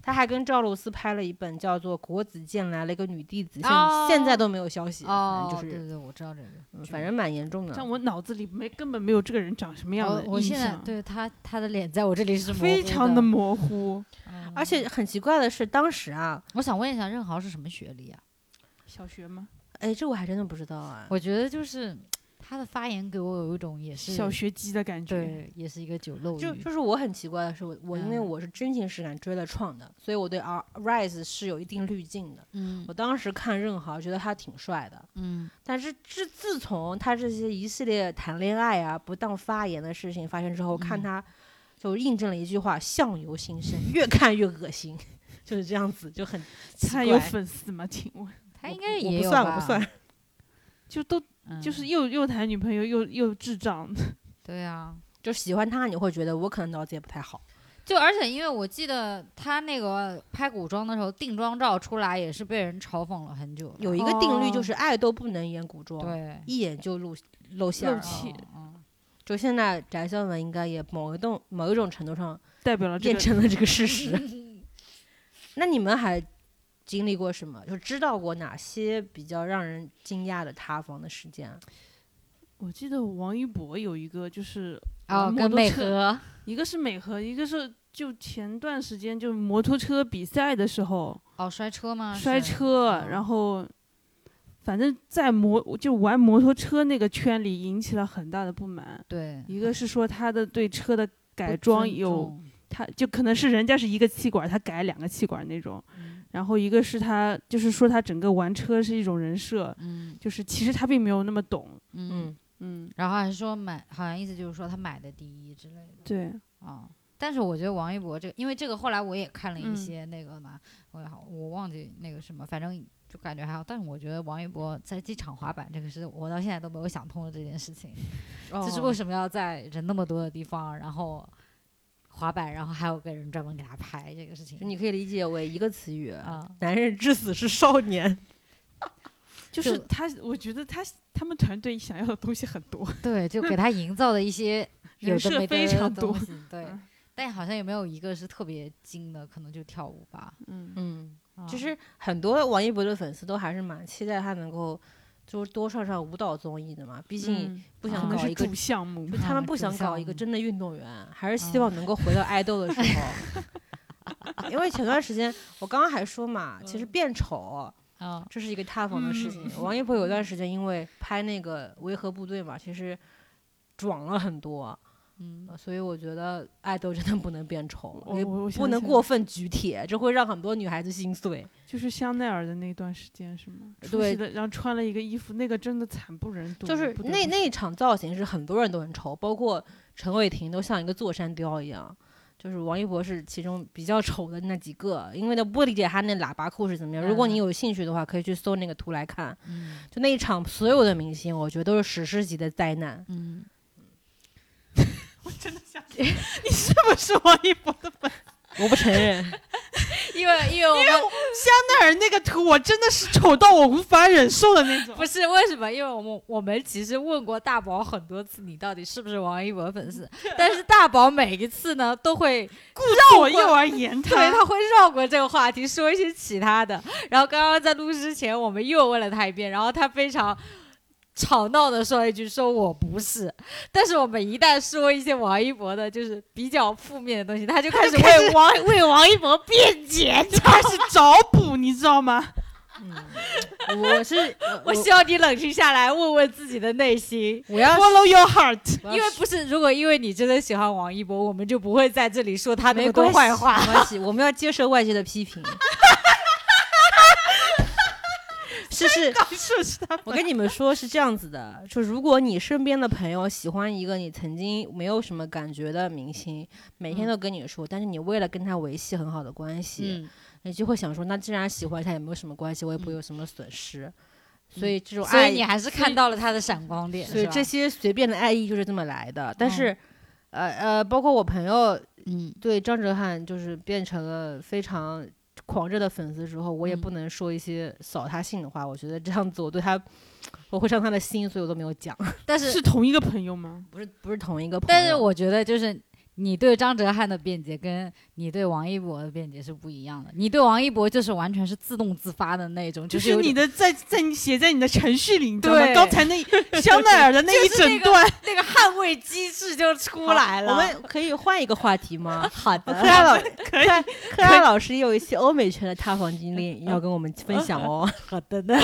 他还跟赵露思拍了一本叫做《国子监来了一个女弟子》，现、
哦
现在都没有消息，
哦，
反正
对
就是、
对对，我知道这个，
嗯反正蛮严重的。
但我脑子里没根本没有这个人长什么样的
我我
印
现在
象，
对他他的脸在我这里是模
非
糊
常
的
的，模糊。
嗯
而且很奇怪的是，当时啊，
我想问一下，任豪是什么学历啊？
小学吗？
哎，这我还真的不知道啊。
我觉得就是他的发言给我有一种也是
小学鸡的感觉。
对，也是一个酒漏
就
鱼
就是我很奇怪的是，我我因为
嗯
我是真情实感追了创的，所以我对 R Rise 是有一定滤镜的。
嗯
我当时看任豪，觉得他挺帅的，
嗯
但是自自从他这些一系列谈恋爱啊、不当发言的事情发生之后，看
嗯
他就印证了一句话：“相由心生”，越看越恶心， 就是这样子，就很
他
奇
有
怪
粉丝吗？请 问，
他
我
应该
我
也
不
有
算，
吧？
我不算，
就都
嗯，
就是又又谈女朋友又又智障，
对啊，
就喜欢他，你会觉得我可能脑子也不太好。
就而且因为我记得他那个拍古装的时候，定妆照出来也是被人嘲讽了很久的。
有一个定律就
哦
是爱豆不能演古装，
对
一眼就露露馅
露
儿了
气
嗯嗯
就现在翟潇闻应该也某一种某一种程度上
代表啊了这
验
个。
证了这个事实。 那你们还经历过什么？就知道过哪些比较让人惊讶的塌房的事件啊？
嗯我记得王一博有一个就是
哦，
玩摩
跟
托
美
车
和
一个是美和，一个是就前段时间就是摩托车比赛的时候
哦摔车吗？
摔
是
车，
嗯
然后反正在摩就玩摩托车那个圈里引起了很大的不满。
对
一个是说他的对车的改
不
装
尊
有，
重
他就可能是人家是一个气管，他改两个气管那种。
嗯
然后一个是他就是说他整个玩车是一种人设，
嗯
就是其实他并没有那么懂。
嗯，，
嗯，
然后还说买，好像意思就是说他买的第一之类的。
对，
啊、但是我觉得王一博这个，因为这个后来我也看了一
嗯
些那个嘛，我也好我忘记那个什么，反正就感觉还好。但是我觉得王一博在机场滑板这个是我到现在都没有想通的这件事情，就是为什么要在人那么多的地方，然后滑板，然后还有个人专门给他拍这个事
就
情
你可以理解为一个词语：
啊。
男人至死是少年。
就是
就
他，我觉得他他们团队想要的东西很多。
对，就给他营造的一些有
人
的
设
没
非
的
常
东
多
西，对。但好像也没有一个是特别精的，可能就跳舞吧。
嗯，
嗯，
啊
就，是很多王一博的粉丝都还是蛮期待他能够就是多上上舞蹈综艺的嘛，毕竟
嗯
不
可
想
能
搞
是
一个
主项目
就。他们
啊
不
主
想搞
项
一个
目
真的运动员，还是希
嗯
望能够回到爱豆的时 候。因为前段时间我刚刚还说嘛，
嗯
其实变丑
啊，
这是一个塌房的事情。王一博有段时间因为拍那个《维和部队》嘛，其实壮了很多，
嗯，
呃所以我觉得爱豆真的不能变丑，
我
也
我我
不
想
能
起
过分举铁，这会让很多女孩子心碎。
就是香奈儿的那段时间是吗？出
呃对
席了，然后穿了一个衣服，那个真的惨不忍睹。
就是
不得
那
不
那一场造型是很多人都很丑，包括陈伟霆都像一个座山雕一样。就是王一博是其中比较 丑的那几个，因为他不理解他那喇叭裤是怎么样。如果你
嗯
有兴趣的话，可以去搜那个图来看。
嗯
就那一场，所有的明星，我觉得都是史诗级的灾难。
嗯，
是不是王一博的粉？
我不承 认，
因为因为我们
香奈儿那个图，我真的是丑到我无法忍受的 那种。
不是为什么？因为我们我们其实问过大宝很多次，你到底是不是王一博粉丝？但是大宝每一次呢，都会
左右而 言
对
啊
他。
他会绕过这个话题，说一些其他的。然后刚刚在录之前，我们又问了他一遍，然后他非常。吵闹的说了一句：“说我不是。”但是我们一旦说一些王一博的，就是比较负面的东西，他就开始
开
为哎王为王一博辩解。
就开始找补，你知道吗？
我是呃
我希望你冷静下来，问问自己的内心。
我要
Follow your heart。
我要
因为不是，如果因为你真的喜欢王一博，我们就不会在这里说他那
没
么多
关系
坏话。
没关系，我们要接受外界的批 评。就是
是是他
我跟你们说是这样子的，就如果你身边的朋友喜欢一个你曾经没有什么感觉的明星，每
嗯
天都跟你说，但是你为了跟他维系很好的关系，
嗯
你就会想说，那既然喜欢他也没有什么关系，我也不会有什么损失。所以这种
嗯所
爱嗯
以你还是看到了他的闪光点。
所以
是吧
这些随便的爱意就是这么来的。但是，呃呃，包括我朋友
嗯
对张哲瀚就是变成了非常狂热的粉丝之后，我也不
嗯
能说一些扫他兴的话。我觉得这样子我对他，我会伤他的心，所以我都没有讲。
但是
是同一个朋友吗？
不是不是同一个朋友，
但是我觉得就是你对张哲瀚的辩解跟你对王一博的辩解是不一样的。你对王一博就是完全是自动自发的那种，
就是是
有
你
点
的在在你写在你的程序里，你知道吗？
对
刚才 那香奈儿的那 一
就是那
整
个
段，
那个捍卫机制就出
好
来了。？
我们可以换一个话题吗
好
呃
的
克，拉老
可以
克克拉老师也有一些欧美圈的塌房经历要跟我们分享哦。
好的呢。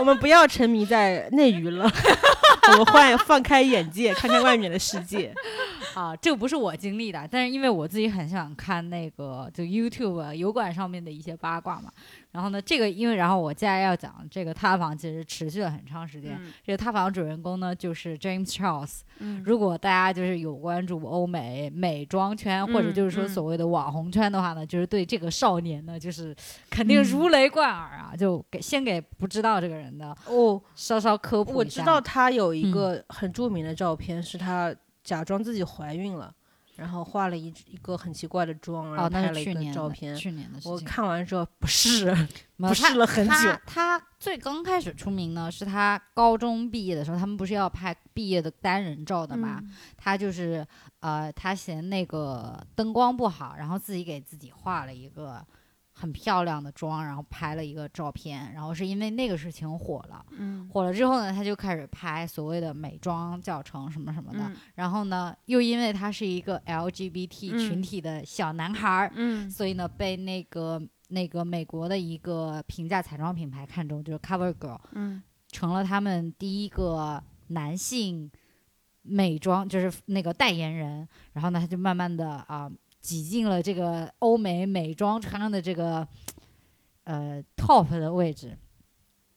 我们不要沉迷在内娱 了，我们换放开眼界，看看外面的世界。
啊，这个不是我经历的，但是因为我自己很想看那个就 YouTube 啊油管上面的一些八卦嘛。然后呢，这个因为然后我接下来要讲这个塌房，其实持续了很长时间。这个塌房主人公呢，就是 James Charles。
嗯
如果大家就是有关注欧美美妆圈，或者
嗯
就是说
嗯
所谓的网红圈的话呢，就是对这个少年呢，就是肯
嗯
定如雷贯耳啊！就给先给不知道这个人的
哦，
稍稍科普
我
一
知
下
嗯道他有一个很著名的照片，是他假装自己怀孕了。然后化了一一个很奇怪的妆，然
哦
后，
那
拍了
是
一
去
个
年
照
的
片。
去年的事
我
情。
看完之后不 是，不
没有
是了很久
他他最刚开始出名呢，是他高中毕业的时候，他们不是要拍毕业的单人照的嘛？
嗯
他就是呃，他嫌那个灯光不好，然后自己给自己化了一个很漂亮的妆，然后拍了一个照片，然后是因为那个事情火了。
嗯
火了之后呢，他就开始拍所谓的美妆教程什么什么的。
嗯
然后呢，又因为他是一个 LGBT
嗯
群体的小男孩儿，
嗯
所以呢，被那个那个美国的一个平价彩妆品牌看中，就是 CoverGirl，
嗯
成了他们第一个男性美妆，就是那个代言人。然后呢，他就慢慢的啊、挤进了这个欧美美妆圈的这个呃 top 的位置。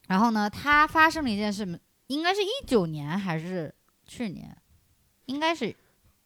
然后呢，他发生了一件事，应该是一九年还是去年，应该是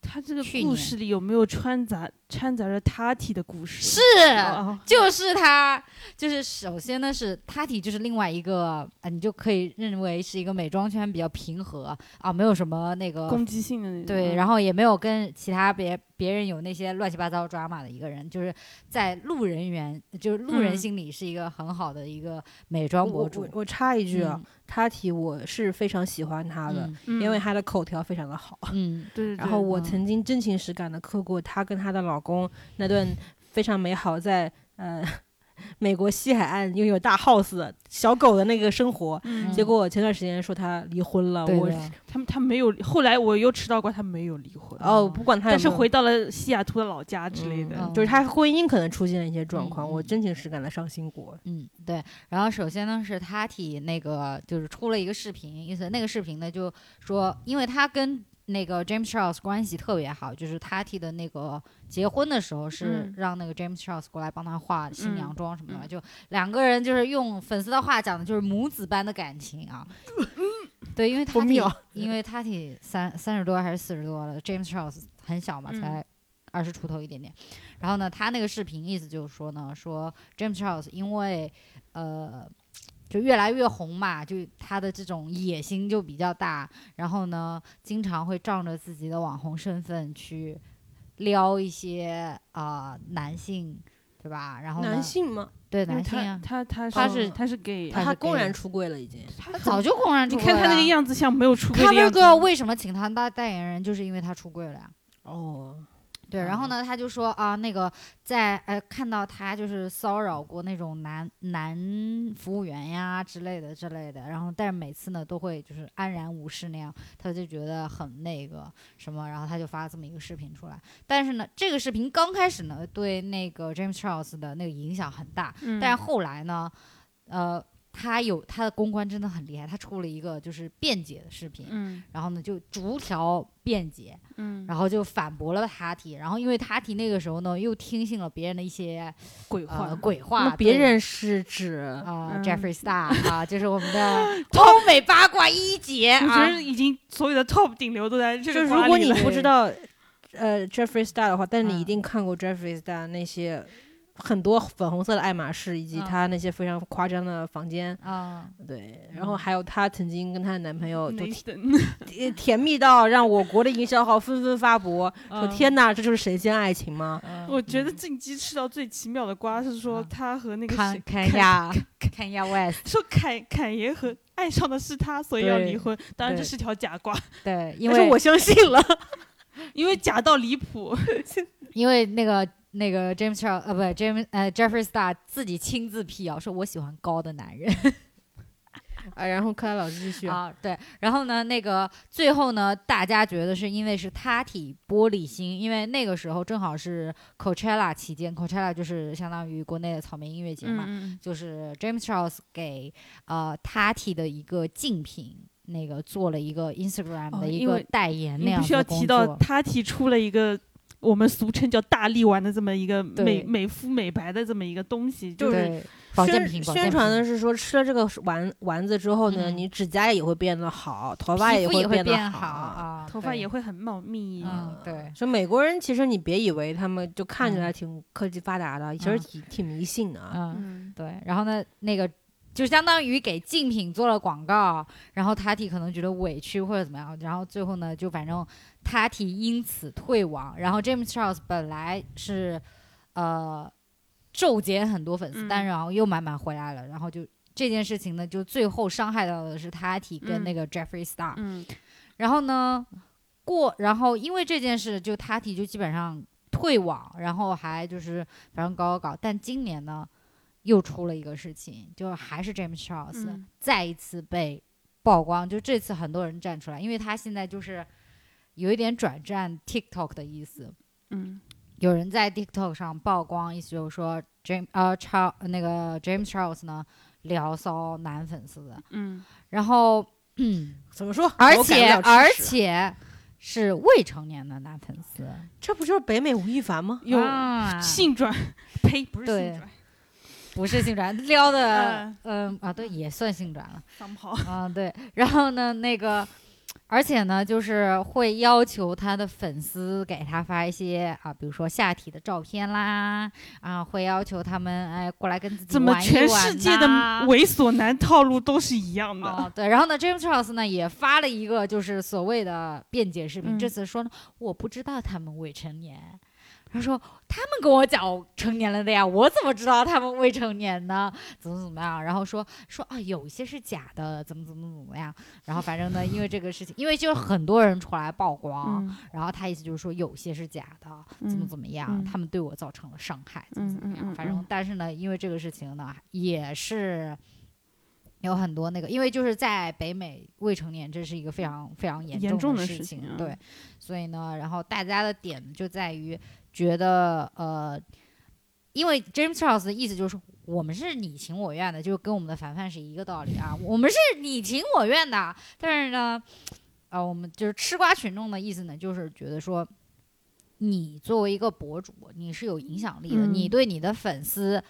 他这个
去
故
年
事里有没有掺杂掺杂着他体的故事？
是。
哦，
就是他，就是首先呢是他体就是另外一个啊，你就可以认为是一个美妆圈比较平和啊，没有什么那
哦
个
攻击性的那种。
嗯
对，然后也没有跟其他别别人有那些乱七八糟抓马的一个人，就是在路人缘，就是路人
嗯
心里是一个很好的一个美妆
我
博
我
主。
我插一句啊
嗯，
他提我是非常喜欢他的，
嗯
嗯
因为他的口条非常的好。
嗯，
对对对，
然后我
嗯
曾经真情实感的刻过她跟她的老公那段非常美好在呃美国西海岸拥有大 house 小狗的那个生活。
嗯
结果前段时间说她离婚了，
对
我
的，
他们他没有，后来我又吃到过他没有离婚，
哦不管她有
但是
没有
回到了西雅图的老家之类的。
嗯就是她婚姻可能出现了一些状况，
嗯
我
嗯
真情实感的伤心过。
嗯，对。然后首先呢是他替那个就是出了一个视频，意思那个视频呢就说，因为他跟那个 James Charles 关系特别好，就是他替的那个结婚的时候是
嗯
让那个 James Charles 过来帮他化新娘
嗯
妆什么的，
嗯
就两个人就是用粉丝的话讲的就是母子般的感情 啊。对，因为他
不
替
妙
因为他体三三十多还是四十多了，James Charles 很小嘛，
嗯
才二十出头一点点。然后呢，他那个视频意思就是说呢，说 James Charles 因为呃就越来越红嘛，就他的这种野心就比较大，然后呢，经常会仗着自己的网红身份去撩一些啊、呃男性，对吧？然后呢
男性吗？
对
嗯因为
男性
他
啊，
他他
他
是
他是 gay，
他是
她公
gay
然出柜了已经。
他
早就公然
你
出
看
柜
他
了啊
那个样子像没有出轨
他
的
这
样子。
个为什么请他当代言人，就是因为他出柜了呀。
哦，
对，然
嗯
后呢，他就说啊，那个在呃看到他就是骚扰过那种男男服务员呀之类的之类的，然后但是每次呢都会就是安然无事那样，他就觉得很那个什么，然后他就发这么一个视频出来。但是呢，这个视频刚开始呢对那个 James Charles 的那个影响很大，
嗯
但是后来呢，呃，他有他的公关真的很厉害，他出了一个就是辩解的视频，
嗯
然后呢就逐条辩解，
嗯，
然后就反驳了塔提，然后因为塔提那个时候呢又听信了别人的一些
鬼
呃
话
鬼
那
话，
别
对
人是指
啊、
嗯
Jeffrey Star 啊，就是我们 的欧美八卦一姐
我觉
啊，
得已经所有的 top 顶流都在这
就
个
如
瓜
果
里
你
了
不知
对
道，呃，Jeffree Star 的话，但是你一
嗯
定看过 Jeffree Star 那些很多粉红色的爱马仕，以及
嗯
她那些非常夸张的房间，
啊、
对。然后还有她曾经跟她的男朋友都
哪一
甜
等
甜甜蜜到让我国的营销号纷纷发博，说
嗯
天哪，这就是神仙爱情吗？
嗯
我觉得进击吃到最奇妙的瓜是说
嗯
他和那个
看
谁
看一下看一下 West，
说凯凯爷和爱上的是他，所以要
对
离婚。当然这
对
是条假瓜，
对，因
但是
为
我相信了，
因为假到离谱。
因为那个那个 James Charles 呃不 James 呃 Jeffrey Star 自己亲自辟谣说我喜欢高的男人。
啊，然后看老师继续，
啊，对。然后呢，那个最后呢，大家觉得是因为是他体玻璃心，因为那个时候正好是 Coachella 期间，Coachella 就是相当于国内的草莓音乐 节嘛，
嗯
就是 James Charles 给呃他体的一个竞品。那个做了一个 Instagram
哦
的一
因
个
为
代言那
你
样子
必须要
的工
提
作，
到他提出了一个我们俗称叫大力丸的这么一个美
对
美肤美白的这么一个东西，
就是
对保健
宣
品保
宣
健
传的
品
是说吃了这个丸丸子之后呢，
嗯
你指甲也会变得好，头发
皮肤也
会
会
得
变啊，
头发
对
也会很茂密。
嗯对
呃所以美国人其实你别以为他们就看起
嗯
来挺科技发达的，其实
嗯
挺挺迷信的啊。
嗯
嗯，
对，然后呢，那个就相当于给竞品做了广告，然后 Tati 可能觉得委屈或者怎么样，然后最后呢，就反正 Tati 因此退网，然后 James Charles 本来是呃骤减很多粉丝，
嗯
但是然后又慢慢回来了，然后就这件事情呢，就最后伤害到的是 Tati 跟
嗯
那个 Jeffrey Star，、
嗯
然后呢，过然后因为这件事，就 Tati 就基本上退网，然后还就是反正搞搞搞。但今年呢，又出了一个事情，就还是 James Charles、
嗯
再一次被曝光，就这次很多人站出来，因为他现在就是有一点转战 TikTok 的意思。
嗯
有人在 TikTok 上曝光一些说 James 呃 Charles 那个 James Charles 呢聊骚男粉丝，
嗯
然后。
怎么说？
而
我改不
且
了吃
而
屎
且是未成年的男粉丝，
这不就是北美吴亦凡吗？
有
啊
性转，呸，不是
对
性转，
不是性转撩的
嗯，
嗯啊，对，也算性转了，
咱们好，
啊对，然后呢那个。而且呢，就是会要求他的粉丝给他发一些啊，比如说下体的照片啦，啊，会要求他们哎过来跟自己
怎么
玩一
全
玩
世界的
呐
猥琐男套路都是一样的？
哦，对，然后呢，James Charles 呢也发了一个就是所谓的辩解视频，
嗯
这次说呢，我不知道他们未成年，他说他们跟我讲我成年了的呀，我怎么知道他们未成年呢？怎么怎么样？然后说说啊，有一些是假的，怎么怎么怎么样？然后反正呢，因为这个事情，因为就有很多人出来曝光，
嗯
然后他意思就是说有些是假的，哦怎么
嗯
怎么样，
嗯
他们对我造成了伤害，怎么
嗯
怎么样。
嗯嗯
反正
嗯，
但是呢，因为这个事情呢，也是有很多那个，因为就是在北美未成年，这是一个非常非常严
严重
的
的
事
事
情，
情啊
对。所以呢，然后大家的点就在于觉得呃，因为 James Charles 的意思就是。我们是你情我愿的，就跟我们的凡凡是一个道理啊。我们是你情我愿的，但是呢，啊，我们就是吃瓜群众的意思呢，就是觉得说，你作为一个博主，你是有影响力的，
嗯
你对你的粉丝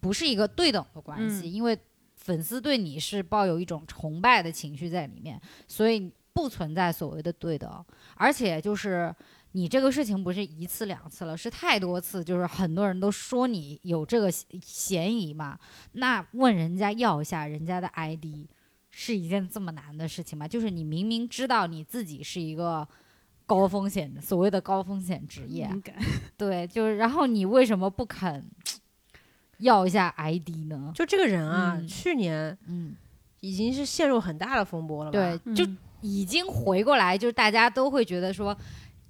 不是一个对等的关系，
嗯
因为粉丝对你是抱有一种崇拜的情绪在里面，所以不存在所谓的对等，而且就是。你这个事情不是一次两次了，是太多次，就是很多人都说你有这个嫌嫌疑嘛。那问人家要一下人家的 ID，是一件这么难的事情吗？就是你明明知道你自己是一个高风险，所谓的高风险职业，
敏感，
对，就是然后你为什么不肯要一下 ID 呢？
就这个人啊，
嗯
去年
嗯，
已经是陷入很大的风波了吧？
对，，就
嗯
已经回过来，就是大家都会觉得说，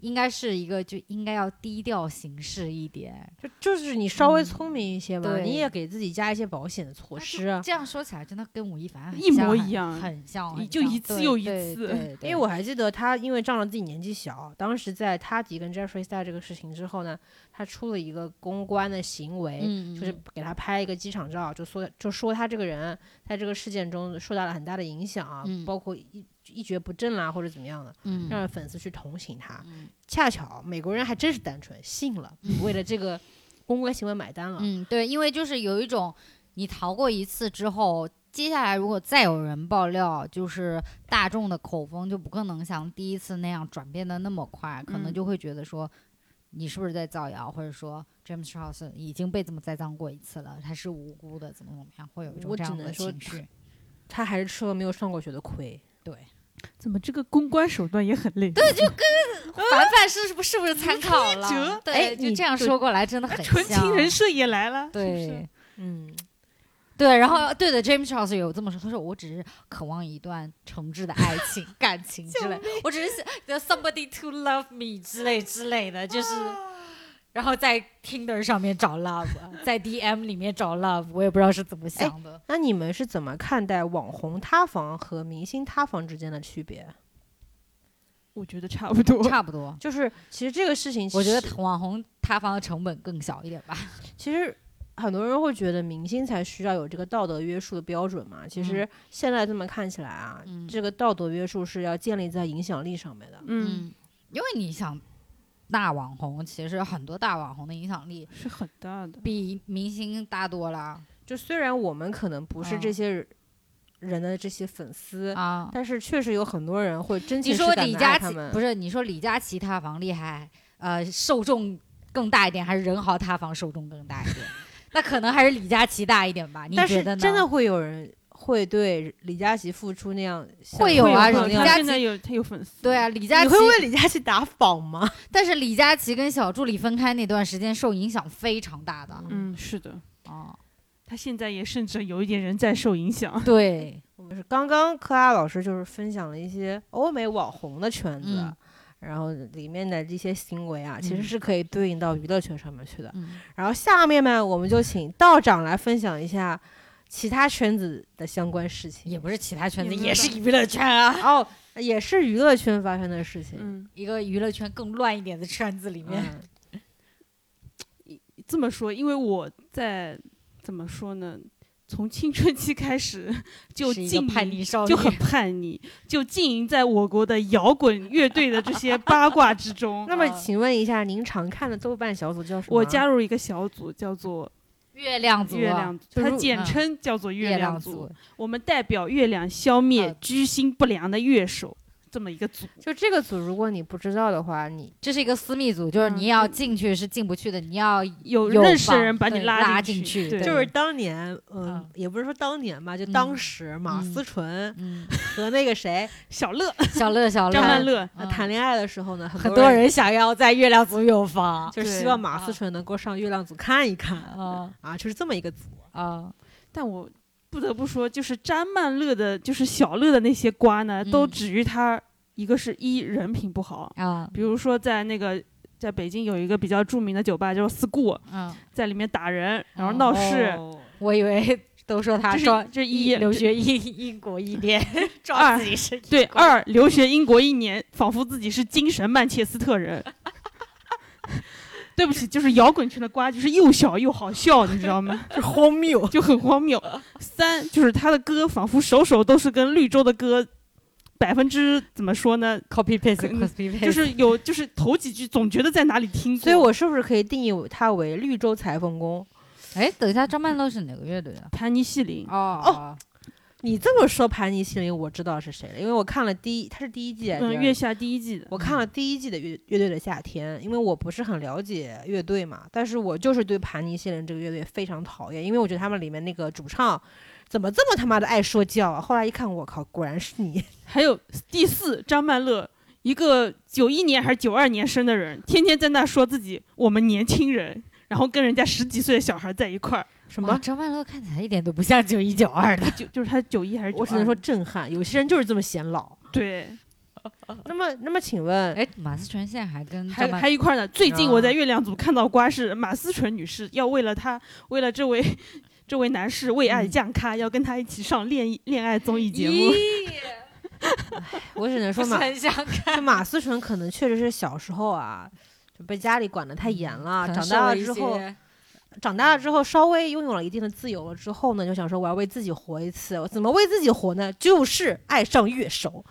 应该是一个就应该要低调行事一点。
就就是你稍微聪明一些嘛，
嗯对
你也给自己加一些保险的措施啊。
这样说起来，真的跟吴亦凡很
一模
像
一样
很像，很
就
像
一次
对
又一
对
次
对
因
对
为我还记得他，因为仗着自己年纪小，当时在他迪跟 Jeffrey Star 这个事情之后呢，他出了一个公关的行为，
嗯，
哎
就是
嗯
给他拍一个机场照，就说就说他这个人在这个事件中受到了很大的影响啊，
嗯
包括一一蹶不振啦或者怎么样的，
嗯
让粉丝去同情他。
嗯
恰巧美国人还真是单纯，信了，为了这个公关行为买单了。
嗯，对，因为就是有一种你逃过一次之后，接下来如果再有人爆料，就是大众的口风就不可能像第一次那样转变的那么快，可能
嗯
就会觉得说。你是不是在造谣，或者说 James Charles 已经被这么栽赃过一次了，他是无辜的，怎么怎么样，会有一种
我
这
只
样
能
的
说
情绪。
他还是吃了没有上过学的亏。
对，
怎么这个公关手段也很累？对，就
凡凡是不是不是参考 了
折？
哎
对，就
你
这样
对
说过来，真的很
纯情
像
人设也来了，
对。
是不是
嗯，
对，然后对的，James Charles 有这么说，他说我只是渴望一段诚挚的爱情、感情之 类，我只是想 there's somebody to love me 之类之类
啊
的，就是，然后在 Tinder 上面找 love，在 DM 里面找 love，我也不知道是怎么想
哎
的。
那你们是怎么看待网红塌房和明星塌房之间的区别？
我觉得差不多。
差不多，
就是其实这个事情其实，
我觉得网红塌房的成本更小一点吧。
其实很多人会觉得明星才需要有这个道德约束的标准嘛。其实现在这么看起来啊，
嗯
这个道德约束是要建立在影响力上面的。
嗯，，
因为你想，大网红其实很多大网红的影响力
是很大的。
比明星大多了
就虽然我们可能不是
嗯
这些人人的这些粉丝，
啊。
但是确实有很多人会真情
你
实
说
感
李
的
佳
爱他
琦
们。
不是？你说李佳琦塌房厉害，呃，受众更大一点，还是任豪 塌房受众更大一点？那可能还是李佳琦大一点吧？你
但
觉
是
得呢？
真的会有人会对李佳琦付出那样像
会有啊
朋友
李
那样
佳
他
琦
现在有他有粉丝，
对啊，，李佳
你
琦
会，为李佳琦打榜吗？
但是李佳琦跟小助理分开那段时间受影响非常大的
嗯，是的，
啊，
他现在也甚至有一点人在受影响，
对，
我们是刚刚科拉老师就是分享了一些欧美网红的圈子，
嗯
然后里面的这些行为啊，
嗯
其实是可以对应到娱乐圈上面去的。
嗯，
然后下面呢，我们就请道长来分享一下其他圈子的相关事情，
也不是其他圈子，
也不
也
是
是娱乐圈啊，
哦，也是娱乐圈发生的事情。
嗯，
一个娱乐圈更乱一点的圈子里面，
嗯
这么说，因为我在怎么说呢，从青春期开始 就是
一个
禁
叛
淫
逆少女，
就很叛逆，就浸淫在我国的摇滚乐队的这些八卦 之中。
那么，请问一下，您常看的豆瓣小组叫什么？
我加入一个小组，叫做
月亮族啊，
月亮，
就是
它简
嗯
称叫做
月
亮
族
组。，我们代表月亮消灭
呃
居心不良的乐手这么一个组。
就这个组，如果你不知道的话，你
这是一个私密组，就是
嗯
你要进去是进不去的，你要
有
有
认识的
吧
人把你
对拉
拉
进去
去，
对
就是当年，嗯，
嗯
也不是说当年吧，就
嗯
当时马
嗯
思纯
嗯，
和那个谁、
小乐、
小乐小乐，
张曼乐，
呃
嗯
谈恋爱的时候呢，
很
多
多人想要在月亮组有 房，
就是希
对
望马
啊
思纯能够上月亮组看一看
啊
啊，就是这么一个组。
啊，
但我不得不说，就是张曼乐的，就是小乐的那些瓜呢，都
嗯
止于他一个是一人品不好，
啊，
比如说在那个在北京有一个比较著名的酒吧叫 School，
嗯，
在里面打人，然后
哦
闹事，
我以为都说他
这是
说
这是一
留学英英国一 年，
二
撞自己是英
对
国
二留学英国一年，仿佛自己是精神曼彻斯特人。 对不起，就是摇滚圈的瓜，就是又小又好笑，你知道吗？
就荒谬。
就很荒谬。三就是他的歌仿佛首首都是跟绿洲的歌，百分之怎么说呢？
copy paste
嗯
copy paste，
就是有就是头几句总觉得在哪里听 过。
所以，我是不是可以定义为它为绿洲裁缝工？
哎，等一下，张曼乐是哪个乐队的？
盘尼西林，
哦
你这么说，盘尼西林我知道是谁了，因为我看了第一，它是第一季还是第
嗯，
二
月
季
下第一季的，
我看了第一季的乐乐队的夏天，因为我不是很了解乐队嘛，但是我就是对盘尼西林这个乐队非常讨厌，因为我觉得他们里面那个主唱怎么这么他妈的爱说教啊！后来一看，我靠，果然是你，
还有第四张曼乐，一个九一年还是九二年生的人，天天在那说自己我们年轻人，然后跟人家十几岁的小孩在一块儿，
什
哇
么？
哦张曼乐看起来一点都不像九一九二的，
就就是他九一还是92
我只能说震撼，有些人就是这么显老。
对，
那么，那么请问，
哎，马思纯现在还
嗯
跟
还
张曼
还一块儿呢。最近我在
啊
月亮组看到瓜是马思纯女士要为了他，为了这位这位男士为爱
嗯
降咖，要跟他一起上恋恋爱综艺节目。
我只能
不
说
是
马
很想看，
就马思纯可能确实是小时候啊，就被家里管得太严了，
嗯可
啊
能
长
受
大
了
了
一
之后，
些
长大了之后稍微拥有了一定的自由了之后呢，就想说我要为自己活一次，我怎么为自己活呢？就是爱上乐手，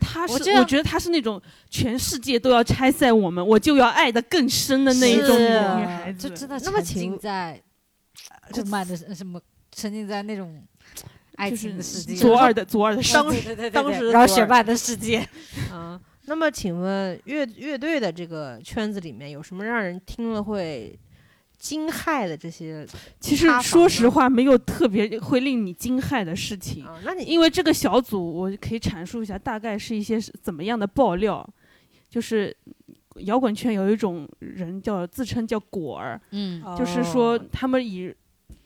他是
我
哦
这
我
样
觉得他是那种全世界都要拆散我们，我就要爱得更深的那一种
是啊
啊女孩子。
就真的
那么
沉浸
请
在动漫的呃什么，沉浸在那种爱
就
情
是
的世界，
左耳的左
嗯
耳的
当
世界
时
时
当时的
然后
左
学
耳
霸的世界，
啊。那么请问乐乐队的这个圈子里面有什么让人听了会惊骇的这些
其实
塌房
说实
呢
话，没有特别会令你惊骇的事情。
哦
啊？那你
因为这个小组，我可以阐述一下，大概是一些是怎么样的爆料。就是摇滚圈有一种人叫自称叫果儿，
嗯
哦
就是说他们以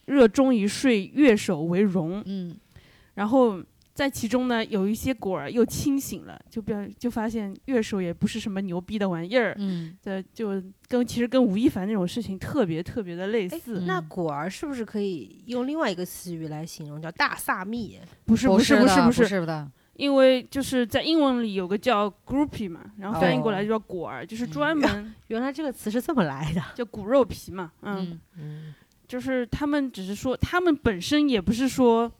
热衷于睡乐手为荣，
嗯
然后在其中呢，有一些果儿又清醒了，就表就发现乐手也不是什么牛逼的玩意儿。
嗯，
对，就跟其实跟吴亦凡那种事情特别特别的类
哎
似，
那
嗯
果儿是不是可以用另外一个词语来形容，叫大萨蜜？
不是
不
不是不是
的不
是，
是的，
因为就是在英文里有个叫 groupie 嘛，然后翻译过来就叫果儿，就是专 门
原来这个词是这么来的。
叫骨肉皮嘛，嗯，
嗯
嗯，
就是他们只是说，他们本身也不是说，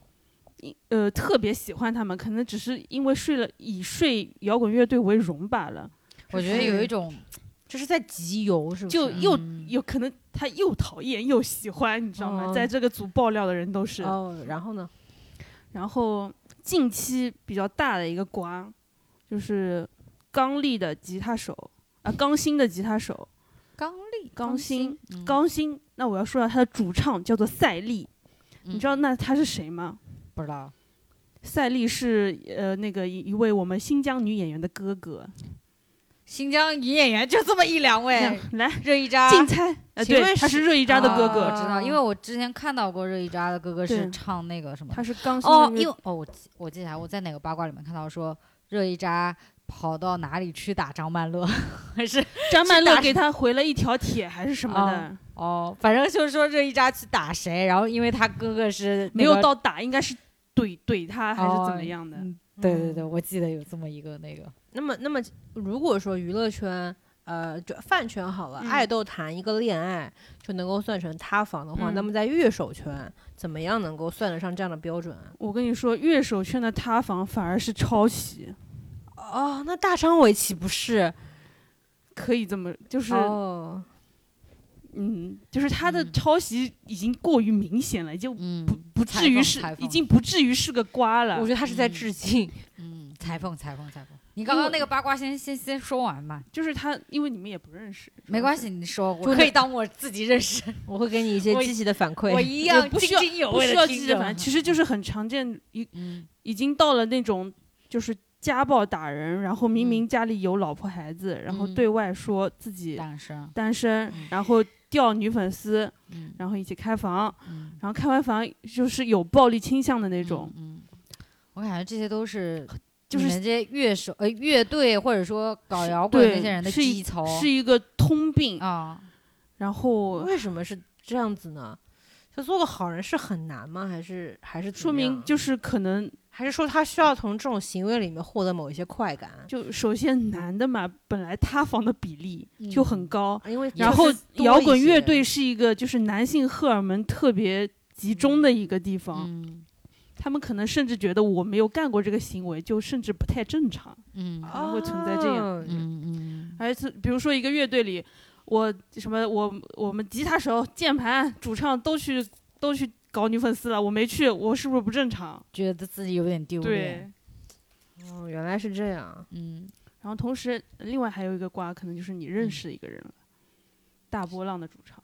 一呃，特别喜欢他们，可能只是因为睡了以睡摇滚乐队为荣罢了，
我觉得有一种
这是在集邮是不是？
就又、
嗯
有可能他又讨厌又喜欢，你知道吗？
哦
在这个组爆料的人都是。
哦，然后呢？
然后近期比较大的一个瓜，就是刚力的吉他手啊，刚新的吉他手
刚嗯力
刚
性
性，刚新。那我要说到他的主唱叫做赛利，你知
道
道那他是谁吗？
不知道？
赛丽是呃那个一一位我们新疆女演员的哥哥。
新疆女演员就这么一两位，
来，
热依扎。
竞猜，呃
请
对，
问
他
是
是热依扎的哥
啊
哥，
我知道，因为我之前看到过热依扎的哥哥是
对
唱那个什么
他是刚
哦，因
因为
为哦，我记我记起来，我在哪个八卦里面看到说热依扎跑到哪里去打张 曼乐，还是
张曼
去
乐
打
给他回了一条铁还是什么的，
哦，反正就是说热依扎去打谁，然后因为他哥哥是、那个、
没有到打，应该是怼怼他还是怎么样的。
嗯对对对，我记得有这么一个那个，
那么，那么如果说娱乐圈，呃，就饭圈好了，
嗯
爱豆谈一个恋爱就能够算成塌房的话，
嗯
那么在乐手圈，怎么样能够算得上这样的标准啊？
我跟你说，乐手圈的塌房反而是抄袭，
哦，那大张伟岂不是？
可以这么就是、
哦，
嗯，就是他的
嗯
抄袭已经过于明显了，就
嗯，
不
裁
至于
缝
是
裁
已
缝
经不至于是个瓜了
我觉。得他是在
嗯
致敬。
嗯，裁缝裁缝裁缝。你
刚
刚
刚
刚
那
那个八卦先先先说完嘛，
就是他，因为你们也不认识，
没关系，你说，我
就
可
那
以当我自己认识，
我会给你一些
我
积极的反
我
馈。
一
也
样
不
津
需要
津有
不
味
需要
的
记
听
着，反正
着。
其实就是很常见，已
嗯，
已经到了那种就是家暴打人，然后明明家里有老婆孩子，然后
嗯
对外说自己
诞生，
单身
嗯，
然后钓女粉丝，
嗯
然后一起开房，
嗯，
然后开完房就是有暴力倾向的那种，
嗯，嗯我感觉这些都是
就
你
是
们这些乐手、呃乐队或者说搞
是
摇滚
对
那些人的
是一
基础
是一个通病。
啊。
哦然后
为什么是这样子呢？就做个好人是很难吗？还是还是怎
说
么
明
样
就是可能
还是说他需要从这种行为里面获得某一些快感？
就首先男的嘛，本来塌房的比例就很
嗯
高，
啊因为
然
就
后
是多
摇
一
滚乐
些
队是一个就是男性荷尔蒙特别
嗯
集中的一个地方。
嗯
他们可能甚至觉得我没有干过这个行为，就甚至不太正常。
嗯
可能会存在这样
哦
嗯嗯
而且，比如说一个乐队里，我什么我我们吉他手、键盘、主唱都去都去搞女粉丝了，我没去，我是不是不正常？
觉得自己有点丢脸。
对。
哦，原来是这样。
嗯，
然后同时，另外还有一个瓜，可能就是你
嗯
认识一个人了，大波浪的主唱，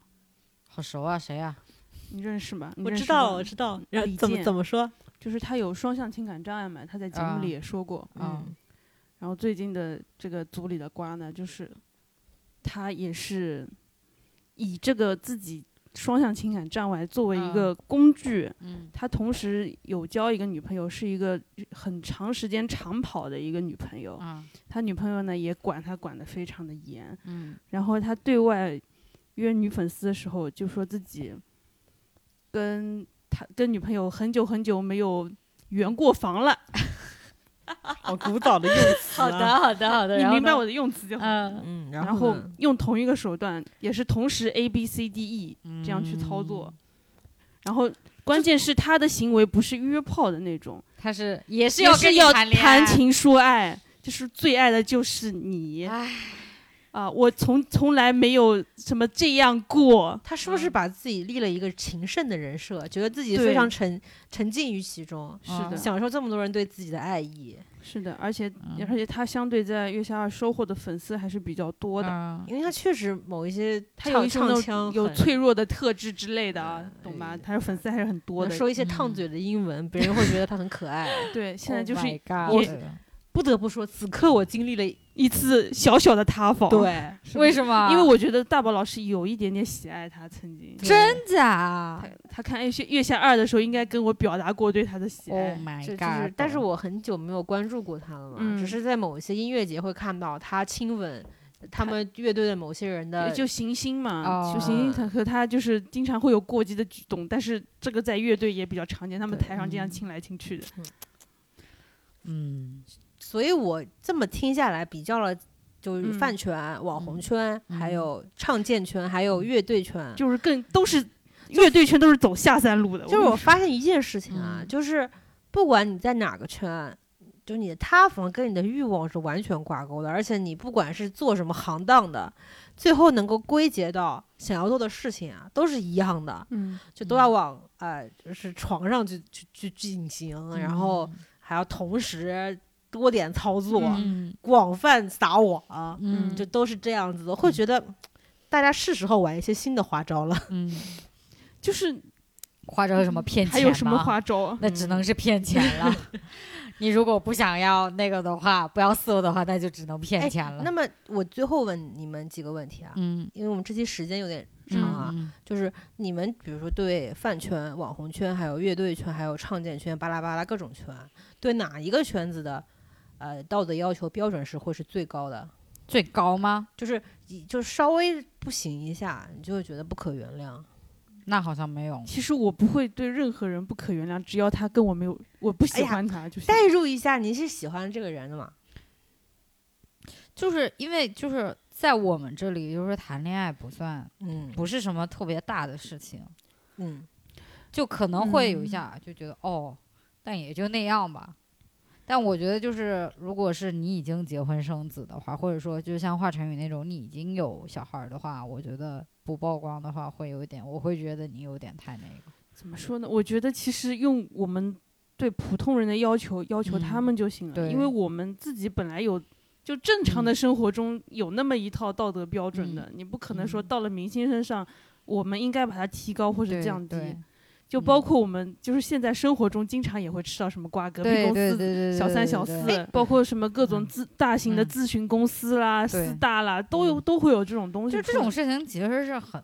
好熟啊，谁啊？
你认识吗？你
我
认
知
识
道，
吗
我知道。
然
然
后
后
怎
怎
么
么
怎
怎么 说？
就是他有双向情感障碍嘛，他在节目里也说过。
啊、
嗯
然后最近的这个组里的瓜呢，就是他也是以这个自己双向情感障碍作为一个工具。
嗯
他同时有交一个女朋友，是一个很长时间长跑的一个女朋友。
啊
他女朋友呢也管他管得非常的严，
嗯
然后他对外约女粉丝的时候就说自己跟他跟女朋友很久很久没有圆过房了。
好古早的用词。
好的，好的好的，
啊你
然后
明白
呢
我的用词就好。
嗯
嗯，
然
后
后用同一个手段，也是同时 A B C D E 这样去操作。
嗯
然后关键是他的行为不是约炮的那种，
他是也是
也
跟
是
你
要
谈恋爱
谈情说爱，就是最爱的就是你
唉
啊！我从从来没有什么这样过，
他是不是把自己立了一个情圣的人设，觉得自己
嗯对
非常沉沉浸于其中，
是
啊
的，
享受这么多人对自己的爱意？
是的，而且、
嗯
而且他相对在月下二收获的粉丝还是比较多的，
嗯
因为他确实某一些
他有一种
唱
那
腔
种有
很
脆弱的特质之类的啊，
嗯
懂吧
哎？
他是粉丝还是很多
能
的，嗯
说一些烫嘴的英文，别人会觉得他很可爱。
对，现在就是
Oh my God
我
不得不说，此刻我经历了一
一次小小的塌房，
对，
是
为
不是
什么？
因为我觉得大宝老师有一点点喜爱他，曾经
真假
他他看《月下月下二》的时候，应该跟我表达过对他的喜
？Oh
爱。
my
这
god！
就是，但是我很久没有关注过他了嘛，
嗯
只是在某一些音乐节会看到他亲吻他们乐队的某些人的，
就行星嘛，
哦
就行星，他和他就是经常会有过激的举动，但是这个在乐队也比较常见，他们
对
台上这样
嗯
亲来亲去的。
嗯
所以我这么听下来比较了，就是
嗯
饭圈、网红圈，
嗯
还有唱见圈，还有乐队圈，
就是更都是乐队圈都是走下三路的。
就是我发现一件事情啊，
嗯
就是不管你在哪个圈，就你的塌房跟你的欲望是完全挂钩的，而且你不管是做什么行当的，最后能够归结到想要做的事情啊，都是一样的，
嗯，
就都要往、呃，就是床上去去去进行，
嗯
然后还要同时多点操作，
嗯
广泛撒网，
嗯
就都是这样子的，会觉得大家是时候玩一些新的花招了。
嗯
就是
花招是什么骗钱
还有什么
吗
花招啊？
那只能是骗钱了。 你如果不想要那个的话，不要色的话，那就只能骗
哎
钱了。
那么我最后问你们几个问题啊，
嗯，
因为我们这期时间有点长
嗯
啊，
嗯
就是你们比如说对饭圈、网红圈、还有乐队圈、还有唱见圈、巴拉巴拉各种圈，对哪一个圈子的呃道德要求标准是会是最高的？
最高吗？
就是一就稍微不行一下，你就会觉得不可原谅。
那好像没有。
其实我不会对任何人不可原谅，只要他跟我没有，我不
哎
喜
呀
欢他就行。
代入一下，你是喜欢这个人的嘛？
就是因为就是在我们这里，就是谈恋爱不算
嗯
不是什么特别大的事情，
嗯，
就可能会有一
嗯
下就觉得、哦，但也就那样吧。但我觉得就是，如果是你已经结婚生子的话，或者说就像华晨宇那种你已经有小孩儿的话，我觉得不曝光的话会有一点，我会觉得你有点太那个。
怎么说呢？我觉得其实用我们对普通人的要求要求他
嗯
们就行了，
对嗯
因为我们自己本来有就正常的生活中有那么一套道德标准的，你不可能说
嗯
到了明星身上，我们应该把它提高或者
对
降低。
对嗯
就包括我们就是现在生活中经常也会吃到什么瓜，隔壁
对
公
对对
司。
对，
小三、
对
小
对
四
对，
包括什么各种
嗯
咨大型的
嗯
咨询公司啦、
对
四大啦，都有都会有这种东西
就
出
这
现。
种事情其实是很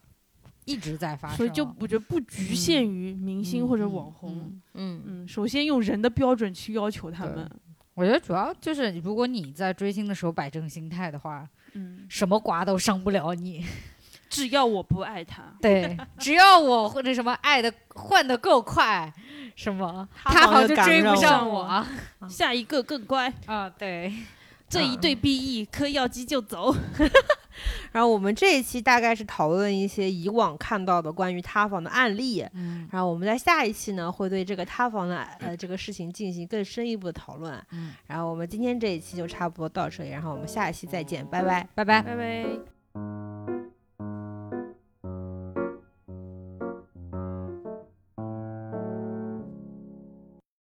一直在发生，啊
所以就我觉得不局限于明星或者
嗯
网红。
嗯
嗯
嗯，首先用人的标准去要求他
对
们。
我觉得主要就是，如果你在追星的时候摆正心态的话，
嗯，
什么瓜都伤不了你。
只要我不爱他，
对，只要我或者什么爱的换的够快，什么
他
他
好
好
就
就
赶
追
上
不上
我
我啊。
下一个更乖，
啊，对，
这一对 BE 嗑药机就走。
然后我们这一期大概是讨论一些以往看到的关于塌房的案例，
嗯
然后我们在下一期呢会对这个塌房的呃这个事情进行更深一步的讨论。
嗯，
然后我们今天这一期就差不多到这里，然后我们下一期再见，拜拜。
拜拜。
拜拜。